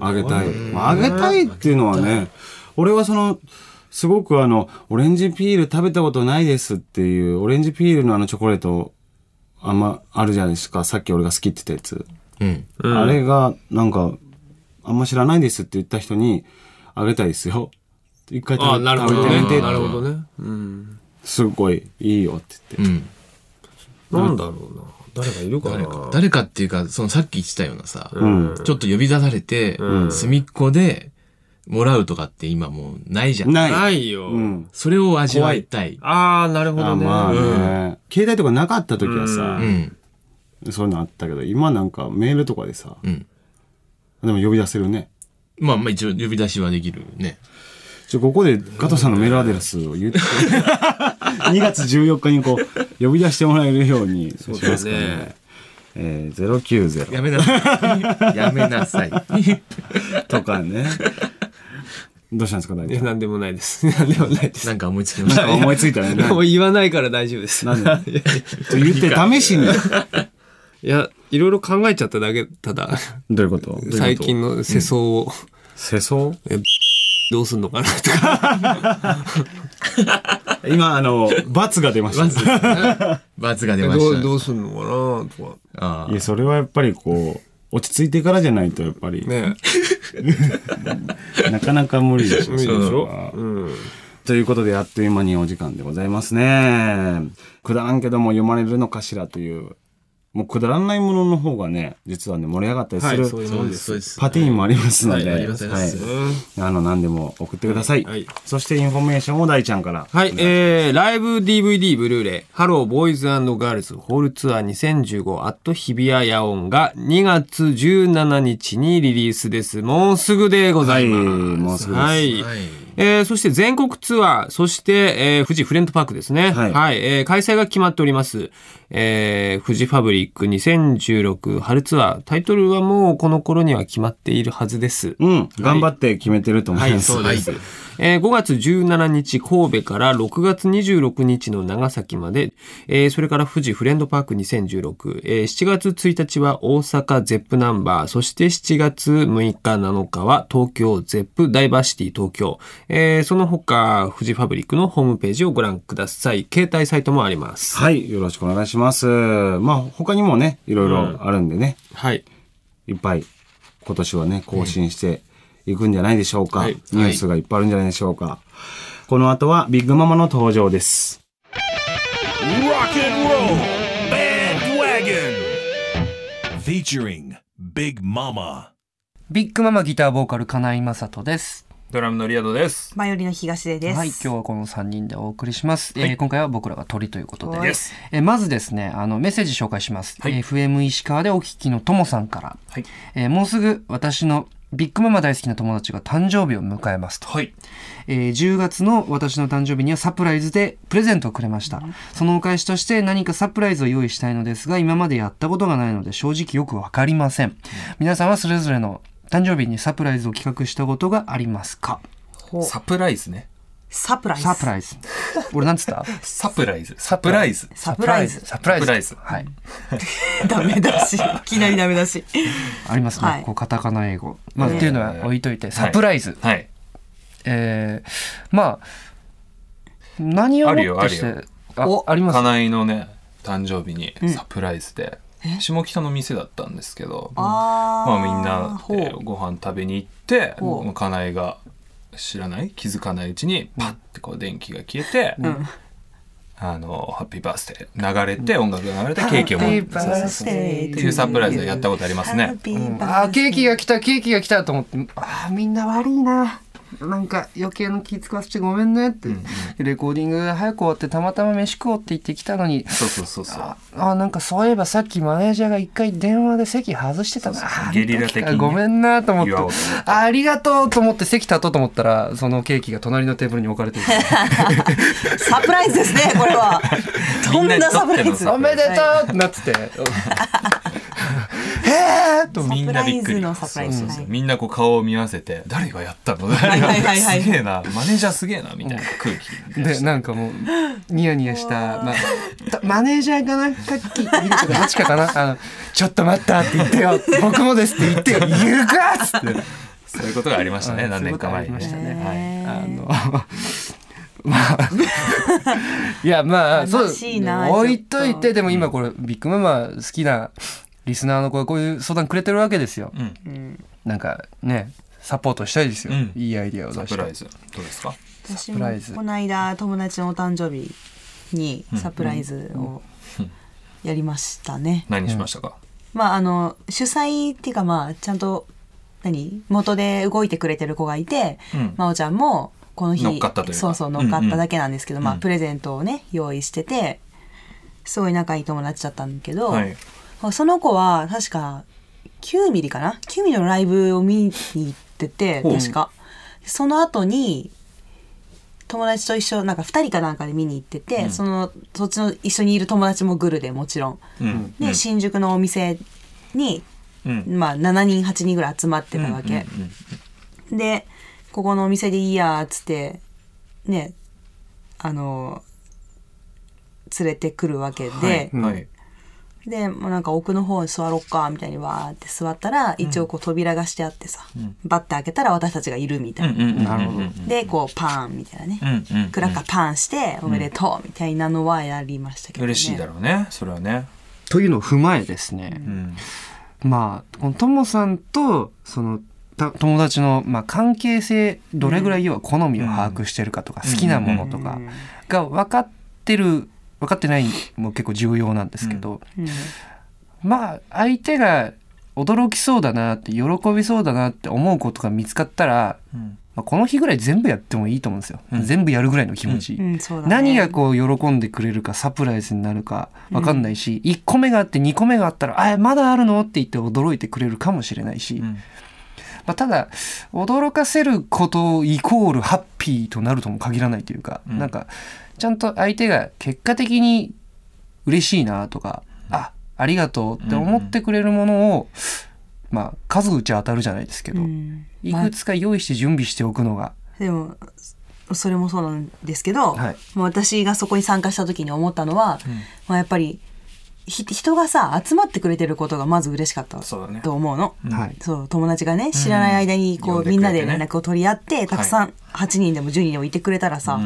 [SPEAKER 7] あげたい。まああげたいっていうのはね、俺はその、すごくあの、オレンジピール食べたことないですっていう、オレンジピールのあのチョコレート、あんま、あるじゃないですか。さっき俺が好きって言ったやつ。
[SPEAKER 3] うん。
[SPEAKER 7] あれが、なんか、あんま知らないですって言った人に、あげたいですよ。一回食べ
[SPEAKER 3] あなるほどね
[SPEAKER 7] 食べてみてって
[SPEAKER 3] なるほど
[SPEAKER 8] ね。うん。
[SPEAKER 7] すごいいいよって言って。
[SPEAKER 3] うん。
[SPEAKER 8] なんだろうな。誰かいるかな
[SPEAKER 3] 誰か、誰かっていうか、そのさっき言ってたようなさ、
[SPEAKER 7] うん
[SPEAKER 3] ちょっと呼び出されて、
[SPEAKER 8] うん
[SPEAKER 3] 隅っこでもらうとかって今もうないじゃん。
[SPEAKER 7] ない。
[SPEAKER 8] ないよ。
[SPEAKER 7] うん。
[SPEAKER 3] それを味わいたい。
[SPEAKER 8] ああ、なるほ
[SPEAKER 7] あ
[SPEAKER 8] どね。
[SPEAKER 7] まあね、携帯とかなかった時はさ
[SPEAKER 3] う、ん。
[SPEAKER 7] そういうのあったけど、今なんかメールとかでさ、
[SPEAKER 3] うん。
[SPEAKER 7] でも呼び出せるね。
[SPEAKER 3] まあまあ一応呼び出しはできるね。
[SPEAKER 7] ちょ、ここで加藤さんのメールアドレスを
[SPEAKER 8] (laughs)
[SPEAKER 7] 言って、2月14日にこう、呼び出してもらえるようにしますか
[SPEAKER 8] そうだ
[SPEAKER 7] ね
[SPEAKER 8] ね。
[SPEAKER 7] えー、090。
[SPEAKER 3] やめなさい。やめなさい。
[SPEAKER 7] (laughs) とかね。どうしたんですか、大
[SPEAKER 8] いや、
[SPEAKER 7] 体。
[SPEAKER 8] なんでもないです。 (laughs) なんでもないです。
[SPEAKER 3] なんか思いつきました。
[SPEAKER 7] 思いついたね。
[SPEAKER 8] (laughs) もう言わないから大丈夫です。
[SPEAKER 7] なんで
[SPEAKER 8] (laughs)
[SPEAKER 7] ちょっと言って試し
[SPEAKER 8] い
[SPEAKER 7] に。
[SPEAKER 8] や、いろいろ考えちゃっただけ、ただ、
[SPEAKER 7] どういうこと
[SPEAKER 8] 最。近の世相を、
[SPEAKER 7] 世相
[SPEAKER 8] (laughs) どうすんのかなとか。
[SPEAKER 7] (laughs) 今、あの、罰が出ました。
[SPEAKER 3] 罰が出ま
[SPEAKER 8] どう、
[SPEAKER 3] し
[SPEAKER 8] どうすんのかなと
[SPEAKER 3] た。ああ
[SPEAKER 7] いや、それはやっぱりこう、落ち着いてからじゃないと、やっぱり、
[SPEAKER 8] か。ね
[SPEAKER 7] (laughs) なかなか無理でしょ。
[SPEAKER 8] 無理でしょ
[SPEAKER 7] そう
[SPEAKER 8] うん。
[SPEAKER 7] ということで、あっという間にお時間でございますね。くだらんけども読まれるのかしらという、もうくだらないものの方がね、実はね、盛り上がったりする、
[SPEAKER 8] そういう
[SPEAKER 3] そ
[SPEAKER 8] も
[SPEAKER 3] うんで、
[SPEAKER 8] ですす。
[SPEAKER 3] そうです。
[SPEAKER 7] パティーンもありますので、
[SPEAKER 3] はいありますあります
[SPEAKER 7] あの、何でも送ってください。
[SPEAKER 8] はい
[SPEAKER 7] そして、インフォメーションも大ちゃんから。
[SPEAKER 8] はい、えー、ライブ DVD ブルーレイ、ハローボーイズガールズホールツアー2015アット日比谷野音が2月17日にリリースです。もうすぐでございます。
[SPEAKER 7] はいもうすぐです
[SPEAKER 8] はい
[SPEAKER 3] はい
[SPEAKER 8] えーそして全国ツアー、そして、えー富士フレンドパークですね。
[SPEAKER 7] はい
[SPEAKER 8] えー開催が決まっております。えー富士ファブリック2016春ツアー。タイトルはもうこの頃には決まっているはずです。
[SPEAKER 7] うん、頑張って決めてると思います。
[SPEAKER 8] はい、そうです。えー5月17日神戸から6月26日の長崎まで、えーそれから富士フレンドパーク2016、えー7月1日は大阪ゼップナンバー、そして7月6日7日は東京ゼップダイバーシティ東京、えーその他富士ファブリックのホームページをご覧ください。携帯サイトもあります。
[SPEAKER 7] はい、よろしくお願いします。まあ、他にもね、いろいろあるんでね、
[SPEAKER 8] はい。
[SPEAKER 7] いっぱい今年はね、更新していくんじゃないでしょうか。ニュースがいっぱいあるんじゃないでしょうか。この後はビッグママの登場です。
[SPEAKER 5] Rock and roll bandwagon. Featuring Big Mama.
[SPEAKER 10] ビッグママギターボーカル金井正人です。
[SPEAKER 9] ドラムのリアドです。
[SPEAKER 11] マヨリの東出です。
[SPEAKER 10] はい、今日はこの三人でお送りします。えー今回は僕らが鳥ということで、
[SPEAKER 11] はい
[SPEAKER 10] えーまずですね、あのメッセージ紹介します。えー FM 石川でお聞きのともさんから、えーもうすぐ私のビッグママ大好きな友達が誕生日を迎えますと。えー10月の私の誕生日にはサプライズでプレゼントをくれました、そのお返しとして何かサプライズを用意したいのですが今までやったことがないので正直よくわかりません、皆さんはそれぞれの誕生日にサプライズを企画したことがありますか
[SPEAKER 9] サプライズね。
[SPEAKER 11] サプライズ。
[SPEAKER 10] サプライズ俺なんつった
[SPEAKER 9] サプライズ。サプライズ。
[SPEAKER 11] サプライズ。
[SPEAKER 10] サプライズ
[SPEAKER 9] サプライズ
[SPEAKER 10] はい
[SPEAKER 11] ダメだし。いきなりダメだし。
[SPEAKER 10] ありますね、
[SPEAKER 11] はい
[SPEAKER 10] こうカタカナ英語、まあ
[SPEAKER 11] ええ
[SPEAKER 10] っていうのは置いといてサプライズ、
[SPEAKER 9] はい。
[SPEAKER 10] えーまあ何をもってして
[SPEAKER 9] あるよあ
[SPEAKER 10] ああります
[SPEAKER 9] 金井のね、誕生日にサプライズで、下北の店だったんですけど、
[SPEAKER 11] あー
[SPEAKER 9] まあみんな
[SPEAKER 11] ほ
[SPEAKER 9] で
[SPEAKER 11] う
[SPEAKER 9] ご飯食べに行って
[SPEAKER 11] ほう、
[SPEAKER 9] 家内が知らない気づかないうちにパッてこう電気が消えて、あの「ハッピーバースデー」流れて音楽が流れてケーキを持ってそうそうそうっていうサプライズをやったことありますね。
[SPEAKER 10] あーケーキが来たケーキが来たと思ってあーみんな悪いななんか余計な気使わせてごめんねって、レコーディング早く終わってたまたま飯食おうって言ってきたのに
[SPEAKER 9] そうそうそうそう
[SPEAKER 10] あーなんかそういえばさっきマネージャーが一回電話で席外してたなあー
[SPEAKER 9] ゲリラ的にね
[SPEAKER 10] ごめんなと思って
[SPEAKER 9] 祝おうと
[SPEAKER 10] あありがとうと思って席立とうと思ったらそのケーキが隣のテーブルに置かれていた
[SPEAKER 11] サプライズですね、これ
[SPEAKER 9] (laughs)
[SPEAKER 11] は。とんだサプライズ。
[SPEAKER 10] おめでと
[SPEAKER 11] は
[SPEAKER 10] うってなっててへえと思って
[SPEAKER 9] みんなびっく
[SPEAKER 11] サプライズ
[SPEAKER 9] り
[SPEAKER 11] のサプライズ
[SPEAKER 9] そうそうそう
[SPEAKER 11] は
[SPEAKER 9] みんなこう顔を見合わせて「誰がやったの?」
[SPEAKER 11] いはいはいはい
[SPEAKER 9] (laughs) すげえなマネージャーすげえな」みたいな空気
[SPEAKER 10] でなんかもうニヤニヤした、まあ、たマネージャーかなカッキー
[SPEAKER 9] (laughs)
[SPEAKER 10] ミルクかどっちかかなあの「ちょっと待った」って言ってよ「僕もです」って言ってよ「言うか!」っつって
[SPEAKER 9] (laughs) そういうことがありましたね何年か前にね
[SPEAKER 10] あのまあいやまあそう
[SPEAKER 11] 悲しいな
[SPEAKER 10] 置いといてでも今これビッグママ好きなリスナーの子がこういう相談くれてるわけですよ、なんかねサポートしたいですよ、いいアイディアを出して
[SPEAKER 9] サプライズどうですか
[SPEAKER 11] 私
[SPEAKER 10] サプ
[SPEAKER 11] も
[SPEAKER 10] ライズ
[SPEAKER 11] この間友達のお誕生日にサプライズをやりましたね。
[SPEAKER 9] 何しましたか、
[SPEAKER 11] まああの主催っていうかまあちゃんと何元で動いてくれてる子がいて、
[SPEAKER 9] うん
[SPEAKER 11] まおちゃんもこの日
[SPEAKER 9] 乗っかったというか
[SPEAKER 11] そうそう乗っかっただけなんですけど、
[SPEAKER 9] うんうん
[SPEAKER 11] まあ
[SPEAKER 9] うん
[SPEAKER 11] プレゼントをね用意しててすごい仲いい友達だったんだけど、
[SPEAKER 9] はい
[SPEAKER 11] その子は確か9ミリかな9ミリのライブを見に行ってて
[SPEAKER 9] ほう
[SPEAKER 11] 確かその後に友達と一緒なんか2人かなんかで見に行ってて、
[SPEAKER 9] うん
[SPEAKER 11] そのそっちの一緒にいる友達もグルでもちろん
[SPEAKER 9] うん
[SPEAKER 11] で、新宿のお店に、
[SPEAKER 9] うん
[SPEAKER 11] まあ、7人8人ぐらい集まってたわけ、
[SPEAKER 9] うんうん
[SPEAKER 11] でここのお店でいいやっつってねあの連れてくるわけで、
[SPEAKER 9] はい
[SPEAKER 11] でもうなんか奥の方に座ろっかみたいにわーって座ったら一応こう扉がしてあってさ、
[SPEAKER 9] うん
[SPEAKER 11] バッて開けたら私たちがいるみたいな、
[SPEAKER 9] うんうんうんうんなるほど
[SPEAKER 11] でこうパーンみたいなね、
[SPEAKER 9] うんうんうん
[SPEAKER 11] クラッカーパーンしておめでとうみたいなのはやりましたけど、ね、
[SPEAKER 9] 嬉しいだろうねそれはね
[SPEAKER 10] というのを踏まえですね、まあこのともさんとそのた友達の、まあ、関係性どれぐらい要は好みを把握してるかとか、
[SPEAKER 3] うん
[SPEAKER 10] 好きなものとかが分かってる分かってないも結構重要なんですけど、まあ相手が驚きそうだなって喜びそうだなって思うことが見つかったら、
[SPEAKER 9] うん
[SPEAKER 10] まあ、この日ぐらい全部やってもいいと思うんですよ、全部やるぐらいの気持ち、
[SPEAKER 11] うんそうだね
[SPEAKER 10] 何がこう喜んでくれるかサプライズになるか分かんないし、1個目があって2個目があったら「あまだあるの?」って言って驚いてくれるかもしれないし、まあ、ただ驚かせることイコールハッピーとなるとも限らないというか、なんかちゃんと相手が結果的に嬉しいなとか、あありがとうって思ってくれるものを、まあ数打ち当たるじゃないですけど、いくつか用意して準備しておくのが、
[SPEAKER 11] でもそれもそうなんですけど、
[SPEAKER 10] はい
[SPEAKER 11] もう私がそこに参加した時に思ったのは、まあ、やっぱりひ人がさ集まってくれてることがまず嬉しかったと思うの
[SPEAKER 10] はい
[SPEAKER 11] そう友達がね知らない間にこう、
[SPEAKER 10] うん
[SPEAKER 11] みんな
[SPEAKER 10] 呼
[SPEAKER 11] で
[SPEAKER 10] んでくれ
[SPEAKER 11] 連
[SPEAKER 10] てね
[SPEAKER 11] 絡を取り合ってたくさん8人でも10人でもいてくれたらさ、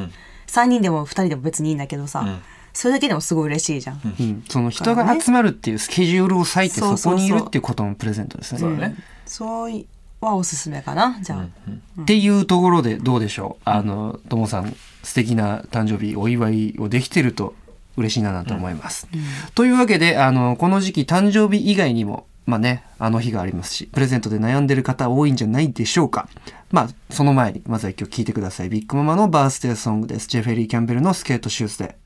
[SPEAKER 11] 3人でも2人でも別にいいんだけどさ、それだけでもすごい嬉しいじゃん。
[SPEAKER 10] うん、その人が集まるっていうスケジュールを割いて
[SPEAKER 11] そうそそ
[SPEAKER 10] そう
[SPEAKER 11] う
[SPEAKER 10] こにいるっていうことのプレゼントですね。
[SPEAKER 11] うんそういはおすすめかなじゃあ、
[SPEAKER 10] っていうところでどうでしょうあのともさん素敵な誕生日お祝いをできてると嬉しいななんて思います。というわけであのこの時期誕生日以外にもまあねあの日がありますしプレゼントで悩んでる方多いんじゃないでしょうか。まあその前にまずは一曲聴いてくださいビッグママのバースデーソングですジェフェリー・キャンベルのスケートシューズで。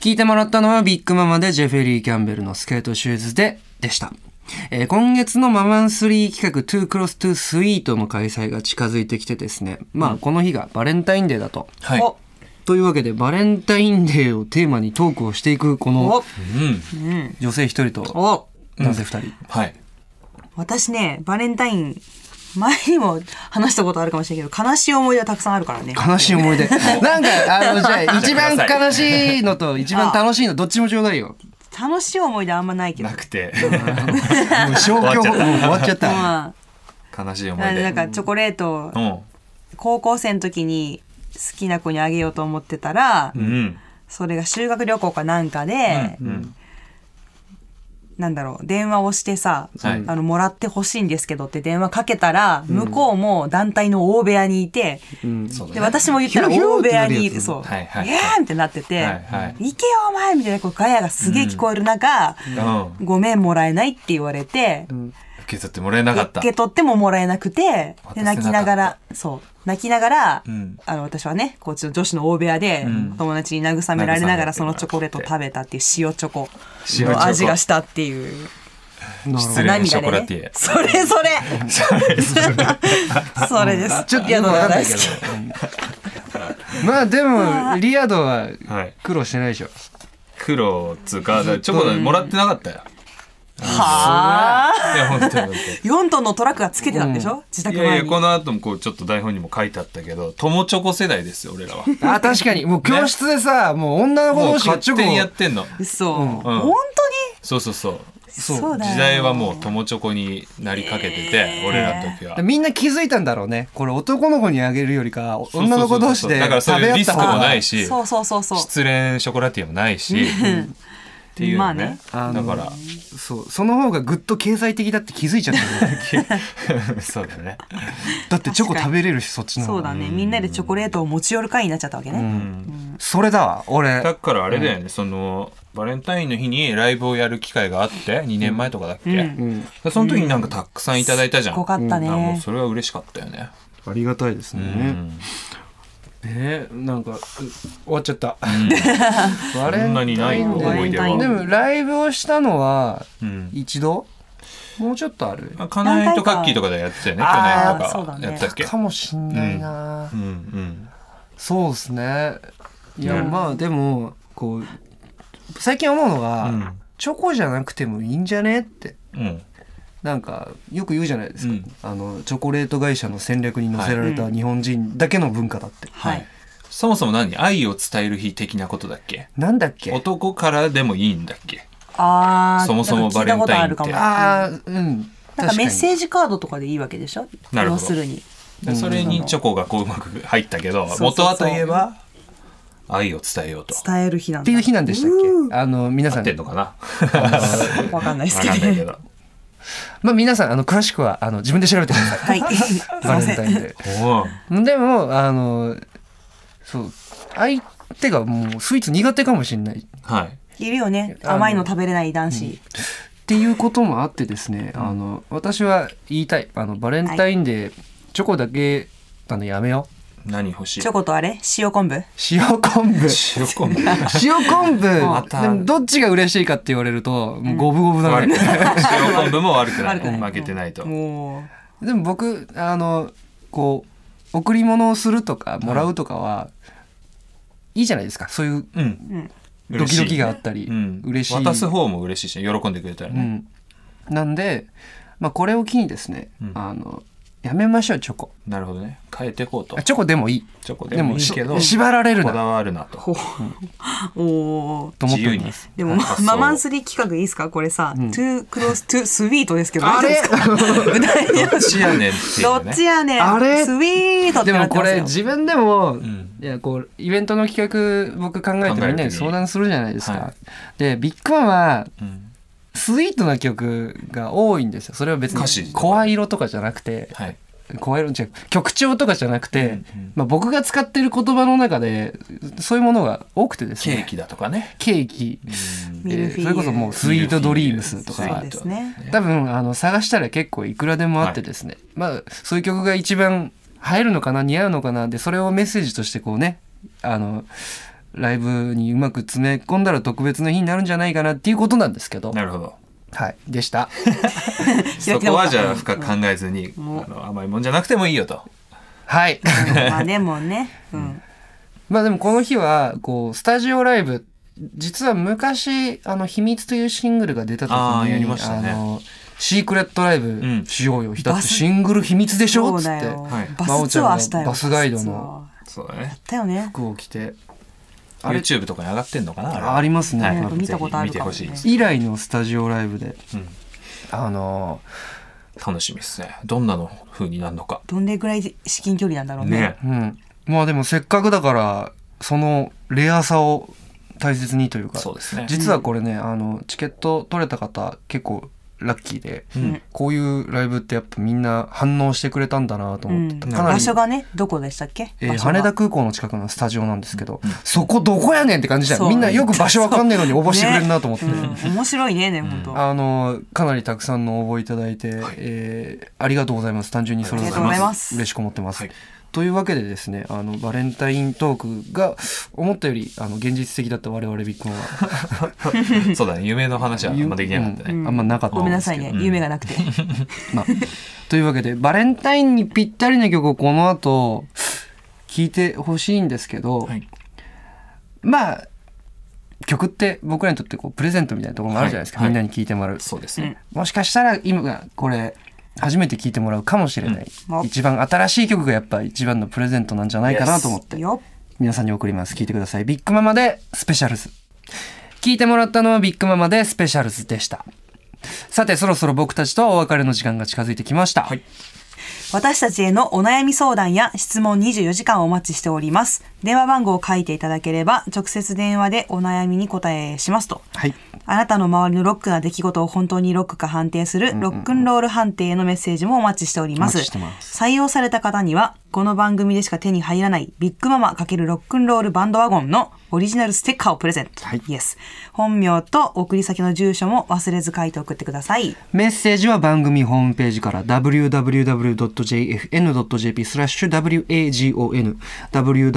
[SPEAKER 10] 聞いてもらったのはビッグママでジェフェリー・キャンベルのスケートシューズででした。えー今月のママンスリー企画 To Cross to Sweet の開催が近づいてきてですね、まあこの日がバレンタインデーだと。
[SPEAKER 9] はい
[SPEAKER 11] お
[SPEAKER 10] というわけでバレンタインデーをテーマにトークをしていくこの
[SPEAKER 11] うん、
[SPEAKER 10] 女性一人と男性二人。
[SPEAKER 9] はい。
[SPEAKER 11] 私ねバレンタイン前にも話したことあるかもしれないけど悲しい思い出はたくさんあるからね
[SPEAKER 10] 悲しい思
[SPEAKER 11] (laughs)
[SPEAKER 10] い
[SPEAKER 9] (laughs)
[SPEAKER 10] 出。 (laughs) なんか、あの、じゃあ、一番
[SPEAKER 11] じゃあください
[SPEAKER 10] 悲しいのと一番楽しいの、どっちもちょうだいよ。
[SPEAKER 11] 楽しい思い出あんまないけど
[SPEAKER 9] なくて
[SPEAKER 10] もう消去法、もう終わっち
[SPEAKER 11] う
[SPEAKER 10] ゃっ
[SPEAKER 11] ん
[SPEAKER 10] た。
[SPEAKER 9] 悲しい
[SPEAKER 11] あ
[SPEAKER 9] 思い出
[SPEAKER 11] なんかチョコレート
[SPEAKER 9] うん
[SPEAKER 11] 高校生の時に好きな子にあげようと思ってたら、
[SPEAKER 9] うん
[SPEAKER 11] それが修学旅行かなんかで、
[SPEAKER 9] うん
[SPEAKER 11] なんだろう、電話をしてさ、
[SPEAKER 9] はい
[SPEAKER 11] あの、もらってほしいんですけどって電話かけたら、向こうも団体の大部屋にいて、
[SPEAKER 9] うん
[SPEAKER 11] で、私も言ったら大部屋にいる、そう。
[SPEAKER 9] はいはい。
[SPEAKER 11] イエーンってなってて、
[SPEAKER 9] はいはい
[SPEAKER 11] 行けよお前みたいなこうガヤがすげえ聞こえる中、
[SPEAKER 9] うん
[SPEAKER 11] ごめんもらえないって言われて、
[SPEAKER 9] 受け取ってもらえなかった
[SPEAKER 11] 受。け取ってももらえなくて、で泣きながら、そう、泣きながら、
[SPEAKER 9] うん
[SPEAKER 11] あの私はね、こっちの女子の大部屋で、
[SPEAKER 9] うん
[SPEAKER 11] 友達に慰められながらそのチョコレートを食べたっていう塩チョコの味がしたっていう。
[SPEAKER 9] 失礼なショコラティエ
[SPEAKER 11] それそれそれです。
[SPEAKER 10] ちょっと
[SPEAKER 11] いや
[SPEAKER 10] よくわかんない
[SPEAKER 11] 大
[SPEAKER 10] け
[SPEAKER 11] 好
[SPEAKER 10] ど
[SPEAKER 11] き。
[SPEAKER 10] まあでも、リアドは苦労してないでしょ。
[SPEAKER 9] 苦労っつうか、だからチョコだもらってなかったよ。
[SPEAKER 11] はあ。
[SPEAKER 9] いや、本当に本当に。
[SPEAKER 11] 4トンのトラックがつけてたんでしょ、自
[SPEAKER 9] い
[SPEAKER 11] 宅
[SPEAKER 9] やい
[SPEAKER 11] 前
[SPEAKER 9] や、
[SPEAKER 11] に。
[SPEAKER 9] この後もこう、ちょっと台本にも書いてあったけど、友チョコ世代ですよ、俺らは。
[SPEAKER 10] (laughs) あ、確かに。もう教室でさ、もう女の子
[SPEAKER 9] もう
[SPEAKER 10] 同士が
[SPEAKER 9] 勝
[SPEAKER 10] チョ
[SPEAKER 9] 手にやっ
[SPEAKER 10] コ
[SPEAKER 9] てんの。
[SPEAKER 11] 嘘。本
[SPEAKER 9] 当
[SPEAKER 11] に
[SPEAKER 9] そうそうそう。
[SPEAKER 10] そうだよ
[SPEAKER 9] 時代はもう友チョコになりかけてて、俺らの時は。
[SPEAKER 10] みんな気づいたんだろうね。これ男の子にあげるよりか、女の子同士で
[SPEAKER 9] だからそう
[SPEAKER 10] 食
[SPEAKER 9] い
[SPEAKER 10] べ
[SPEAKER 9] う
[SPEAKER 10] 合
[SPEAKER 9] リ
[SPEAKER 10] っ
[SPEAKER 9] ス
[SPEAKER 10] た
[SPEAKER 9] ク
[SPEAKER 10] 方
[SPEAKER 9] も
[SPEAKER 10] が
[SPEAKER 9] ないし、
[SPEAKER 11] そうそうそうそう。
[SPEAKER 9] 失恋ショコラティエもないし、っ
[SPEAKER 11] (laughs)
[SPEAKER 9] ていう
[SPEAKER 10] まあ
[SPEAKER 9] の
[SPEAKER 10] ね
[SPEAKER 9] ね。
[SPEAKER 10] あ
[SPEAKER 9] だ
[SPEAKER 10] の
[SPEAKER 9] から、
[SPEAKER 10] そう、その方がぐっと経済的だって気づいちゃったよね
[SPEAKER 9] (laughs) そうだね。
[SPEAKER 10] だってチョコ食べれるし、そっちの方
[SPEAKER 11] そ
[SPEAKER 10] が
[SPEAKER 11] うだね。みんなでチョコレートを持ち寄る会になっちゃったわけね。
[SPEAKER 10] それだわ、俺。
[SPEAKER 9] だからあれだよね、その、バレンタインの日にライブをやる機会があって、2年前とかだっけ、
[SPEAKER 11] うん
[SPEAKER 9] でその時になんかたくさんいただいたじゃん。
[SPEAKER 11] すごかったね
[SPEAKER 9] あもうそれは嬉しかったよね。
[SPEAKER 10] ありがたいですね。ねなんかう終わっちゃった。 (laughs) バレンタイン
[SPEAKER 9] そんなにないの思い出は
[SPEAKER 10] でもライブをしたのは
[SPEAKER 9] うん
[SPEAKER 10] 一度、もうちょっとある。
[SPEAKER 9] あカナエとカッキーとかでやってたよね、
[SPEAKER 10] あー
[SPEAKER 9] 去
[SPEAKER 10] そう
[SPEAKER 9] 年
[SPEAKER 10] だ
[SPEAKER 9] と
[SPEAKER 10] ね
[SPEAKER 9] かやったっけ。
[SPEAKER 10] かもしんないな
[SPEAKER 9] うん、うん
[SPEAKER 10] そうですね。いや、
[SPEAKER 9] うん
[SPEAKER 10] まあでもこう最近思うのが、チョコじゃなくてもいいんじゃねって。
[SPEAKER 9] うん。うん。
[SPEAKER 10] なんかよく言うじゃないですか、あのチョコレート会社の戦略に載せられた日本人だけの文化だって、
[SPEAKER 9] はい。そもそも何愛を伝える日的なことだっけ
[SPEAKER 10] なんだっけ
[SPEAKER 9] 男からでもいいんだっけ
[SPEAKER 11] ああ。
[SPEAKER 9] そもそもバレンタイン
[SPEAKER 11] なん
[SPEAKER 9] って
[SPEAKER 11] か聞いたこと
[SPEAKER 10] あ
[SPEAKER 11] あ
[SPEAKER 10] るかも。うん。
[SPEAKER 11] なんかメッセージカードとかでいいわけでしょ
[SPEAKER 9] なるほ
[SPEAKER 11] 要
[SPEAKER 9] ど
[SPEAKER 11] するに。
[SPEAKER 9] でそれにチョコがこううまく入ったけど
[SPEAKER 11] そう、そうそう
[SPEAKER 9] 元はといえば、愛を伝えようと。
[SPEAKER 11] 伝える日なん
[SPEAKER 10] っ
[SPEAKER 11] だ。
[SPEAKER 10] ていう日なんでしたっけあの皆さん
[SPEAKER 9] 合ってんのかな
[SPEAKER 11] わかんないですけ
[SPEAKER 9] わかんないけ
[SPEAKER 11] ど。
[SPEAKER 9] ど。
[SPEAKER 10] まあ皆さんあの詳しくはあの自分で調べてください
[SPEAKER 11] はい。
[SPEAKER 10] バレンタインででもあのそう相手がもうスイーツ苦手かもしれないっ
[SPEAKER 9] はい。
[SPEAKER 11] いるよね。
[SPEAKER 10] あの
[SPEAKER 11] 甘いの食べれない男子。
[SPEAKER 10] ていうこともあってですね、あの私は言いたいあのバレンタインデーチョコだけあのやめよう
[SPEAKER 9] 何欲しい
[SPEAKER 11] チョコとあれ塩昆布 (laughs)
[SPEAKER 10] 塩昆布
[SPEAKER 9] 塩昆布。
[SPEAKER 10] 塩昆布
[SPEAKER 9] また
[SPEAKER 10] でもどっちが嬉しいかって言われるともう五分五分だ
[SPEAKER 9] 悪
[SPEAKER 10] ね
[SPEAKER 9] くない。塩昆布も悪くない。負けてないと。
[SPEAKER 10] でも僕あのこう贈り物をするとかもらうとかは、い、いじゃないですかそういう
[SPEAKER 9] うん
[SPEAKER 10] ドキドキがあったり
[SPEAKER 9] うん
[SPEAKER 10] 嬉しい,、
[SPEAKER 9] 渡す方も嬉しいし、喜んでくれたら
[SPEAKER 10] う
[SPEAKER 9] ね。
[SPEAKER 10] ん、なんで、まあ、これを機にですね、あのやめましょうチョコ
[SPEAKER 9] なるほどね。変えていこうと
[SPEAKER 10] あ。チョコでもいい
[SPEAKER 9] チョコでもいいけ
[SPEAKER 10] でも
[SPEAKER 9] ど、
[SPEAKER 10] し縛られるな
[SPEAKER 9] こだわるなと。
[SPEAKER 11] おお。
[SPEAKER 10] と思っ
[SPEAKER 9] 自
[SPEAKER 10] て
[SPEAKER 9] 由
[SPEAKER 10] ま
[SPEAKER 9] に
[SPEAKER 10] す。
[SPEAKER 11] でも、まママンスリー企画いいですかこれさ、too close to sweet ですけど、
[SPEAKER 10] あれ
[SPEAKER 11] 大丈夫ですか
[SPEAKER 10] (laughs)
[SPEAKER 9] どっちやねんっていう
[SPEAKER 11] ど
[SPEAKER 9] ね
[SPEAKER 11] っちやねん
[SPEAKER 10] あれ
[SPEAKER 11] スイートって
[SPEAKER 10] で
[SPEAKER 11] な
[SPEAKER 10] も
[SPEAKER 11] って
[SPEAKER 10] こ
[SPEAKER 11] ますよ
[SPEAKER 10] れ自分でも、いやこうイベントの企画僕考えてみんなに相談するじゃないですか。でビッグマンは、スイートな曲が多いんですよそれは別
[SPEAKER 9] 歌詞
[SPEAKER 10] に声色とかじゃなくて、
[SPEAKER 9] はい。
[SPEAKER 10] 声色違う曲調とかじゃなくて、まあ、僕が使ってる言葉の中でそういうものが多くてです
[SPEAKER 9] ケ
[SPEAKER 10] ね
[SPEAKER 9] ーキだとかね。
[SPEAKER 10] ケーキ、
[SPEAKER 11] ミル
[SPEAKER 10] え
[SPEAKER 11] フィー
[SPEAKER 10] ー
[SPEAKER 11] ユ
[SPEAKER 10] それこそもうスイートドリームスと
[SPEAKER 11] そう
[SPEAKER 10] か
[SPEAKER 11] ですね
[SPEAKER 10] 多分あの探したら結構いくらでもあってですね、まあそういう曲が一番入るのかな似合うのかなでそれをメッセージとしてこうねあのライブにうまく詰め込んだら特別な日になるんじゃないかなっていうことなんですけど
[SPEAKER 9] なるほど。
[SPEAKER 10] はいでした
[SPEAKER 9] (laughs)
[SPEAKER 11] (laughs)
[SPEAKER 9] そこはじゃあ深く考えずに、あの甘いもんじゃなくてもいいよと。
[SPEAKER 10] はい
[SPEAKER 11] まあでもね、うん、
[SPEAKER 10] まあでもこの日はこうスタジオライブ実は昔「あの秘密」というシングルが出た時に
[SPEAKER 9] あーやりましたね
[SPEAKER 10] あのシークレットライブしようよ、だってシングル秘密でしょっつって、
[SPEAKER 9] はい
[SPEAKER 11] バ
[SPEAKER 10] 真央
[SPEAKER 11] ス
[SPEAKER 10] ち
[SPEAKER 11] ツ
[SPEAKER 10] ゃん
[SPEAKER 11] ア
[SPEAKER 10] が
[SPEAKER 11] ーしたよ
[SPEAKER 10] バスガイド
[SPEAKER 11] バスツア
[SPEAKER 10] の
[SPEAKER 9] そうだね。
[SPEAKER 11] だよね
[SPEAKER 10] 服を着て
[SPEAKER 9] YouTube とかに上がってんのかなあれ
[SPEAKER 10] あありますね
[SPEAKER 9] はい
[SPEAKER 10] なんか見
[SPEAKER 11] たことあるかもね
[SPEAKER 9] ぜひ見てほしいです
[SPEAKER 10] 以来のスタジオライブで、
[SPEAKER 9] うん
[SPEAKER 10] あの
[SPEAKER 9] 楽しみですね。どんなの風になるのか。
[SPEAKER 11] どんでぐらい至近距離なんだろうね
[SPEAKER 10] う
[SPEAKER 9] ね。
[SPEAKER 10] んまあでもせっかくだからそのレアさを大切にというか
[SPEAKER 9] そうですね
[SPEAKER 10] 実はこれねあのチケット取れた方結構ラッキーで、
[SPEAKER 11] うん
[SPEAKER 10] こういうライブってやっぱみんな反応してくれたんだなと
[SPEAKER 11] う
[SPEAKER 10] 思って
[SPEAKER 11] ん、
[SPEAKER 10] た、かなり
[SPEAKER 11] 場所がねどこでしたっけ、
[SPEAKER 10] えー
[SPEAKER 11] 場所が
[SPEAKER 10] 羽田空港の近くのスタジオなんですけど、そこどこやねんって感じじゃんみんなよく場所わかんねえのに応募してくれるなと思って、
[SPEAKER 11] うん面白いねね本当、
[SPEAKER 10] あのかなりたくさんの応募いただいて、えーありがとうございます単純にそれ
[SPEAKER 11] ありがとうございます
[SPEAKER 10] 嬉しく思ってます、というわけでですねあのバレンタイントークが思ったよりあの現実的だった我々ビッグマンは
[SPEAKER 9] (laughs) そうだね夢の話はあんまできなかったね
[SPEAKER 10] うんあんまなかった
[SPEAKER 11] ごめんなさいね、夢がな
[SPEAKER 10] (laughs)
[SPEAKER 11] くて
[SPEAKER 10] まあ、というわけでバレンタインにぴったりな曲をこの後聴いてほしいんですけど、まあ曲って僕らにとってこうプレゼントみたいなところもあるじゃないですか、
[SPEAKER 9] はい
[SPEAKER 10] みんなに聴いてもらうそう
[SPEAKER 9] ですね
[SPEAKER 10] もしかしたら今がこれ初めて聴いてもらうかもしれない、一番新しい曲がやっぱ一番のプレゼントなんじゃないかなと思って皆さんに送ります聴いてくださいビッグママでスペシャルズ聴いてもらったのはビッグママでスペシャルズでしたさてそろそろ僕たちとお別れの時間が近づいてきました、
[SPEAKER 11] 私たちへのお悩み相談や質問24時間お待ちしております電話番号を書いていただければ直接電話でお悩みに答えしますと
[SPEAKER 10] はい
[SPEAKER 11] あなたの周りのロックな出来事を本当にロックか判定するロックンロール判定のメッセージもお待ちしております
[SPEAKER 10] お待ちしてま
[SPEAKER 11] 採用された方にはこの番組でしか手に入らないビッグママ×ロックンロールバンドワゴンのオリジナルステッカーをプレゼント、イエス本名と送り先の住所も忘れず書いて送ってください
[SPEAKER 10] メッセージは番組ホームページから www.jfn.jp スラッシュ wagon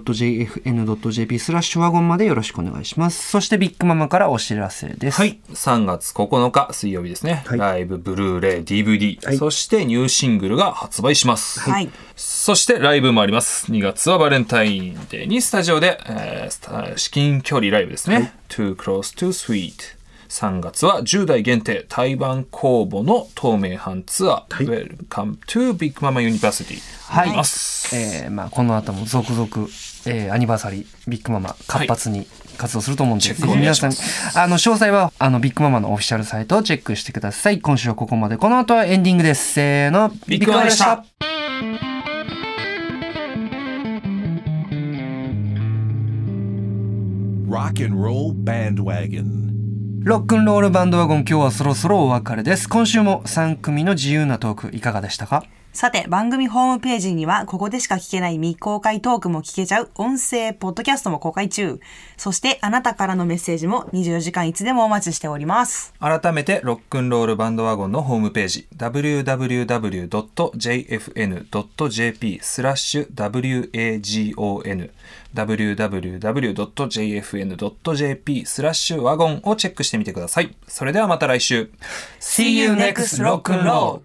[SPEAKER 10] www.jfn.jp スラッシュワゴンまでよろしくお願いします。そしてビッグママからお知らせです。はい。
[SPEAKER 9] 3月9日水曜日ですね、ライブブルーレイ DVD、そしてニューシングルが発売します、
[SPEAKER 11] はい
[SPEAKER 9] そしてライブもあります2月はバレンタインデーにスタジオで、えースタ至近距離ライブですね、Too Close to Sweet 3月は10代限定台湾公募の透明版ツアー、Welcome to Big Mama University
[SPEAKER 10] はい。えーまあこの後も続々、えーアニバーサリービッグママ活発に活動すると思うんで、
[SPEAKER 9] チェッ
[SPEAKER 10] す
[SPEAKER 9] クお願い
[SPEAKER 10] 皆
[SPEAKER 9] し
[SPEAKER 10] さ
[SPEAKER 9] ま
[SPEAKER 10] んあの詳細はあのビッグママのオフィシャルサイトをチェックしてください。今週はここまで。この後はエンディングです。せーの、
[SPEAKER 9] ビッグママでした。
[SPEAKER 5] Rock and roll bandwagon.
[SPEAKER 10] ロックンロールバンドワゴン今日はそろそろお別れです。今週も3組の自由なトークいかがでしたか
[SPEAKER 11] さて、番組ホームページには、ここでしか聞けない未公開トークも聞けちゃう音声ポッドキャストも公開中。そして、あなたからのメッセージも24時間いつでもお待ちしております。
[SPEAKER 9] 改めてロックンロールバンドワゴンのホームページ www.jfn.jp スラッシュ wagon www.jfn.jp スラッシュワゴンをチェックしてみてくださいそれではまた来週
[SPEAKER 10] See you next rock and roll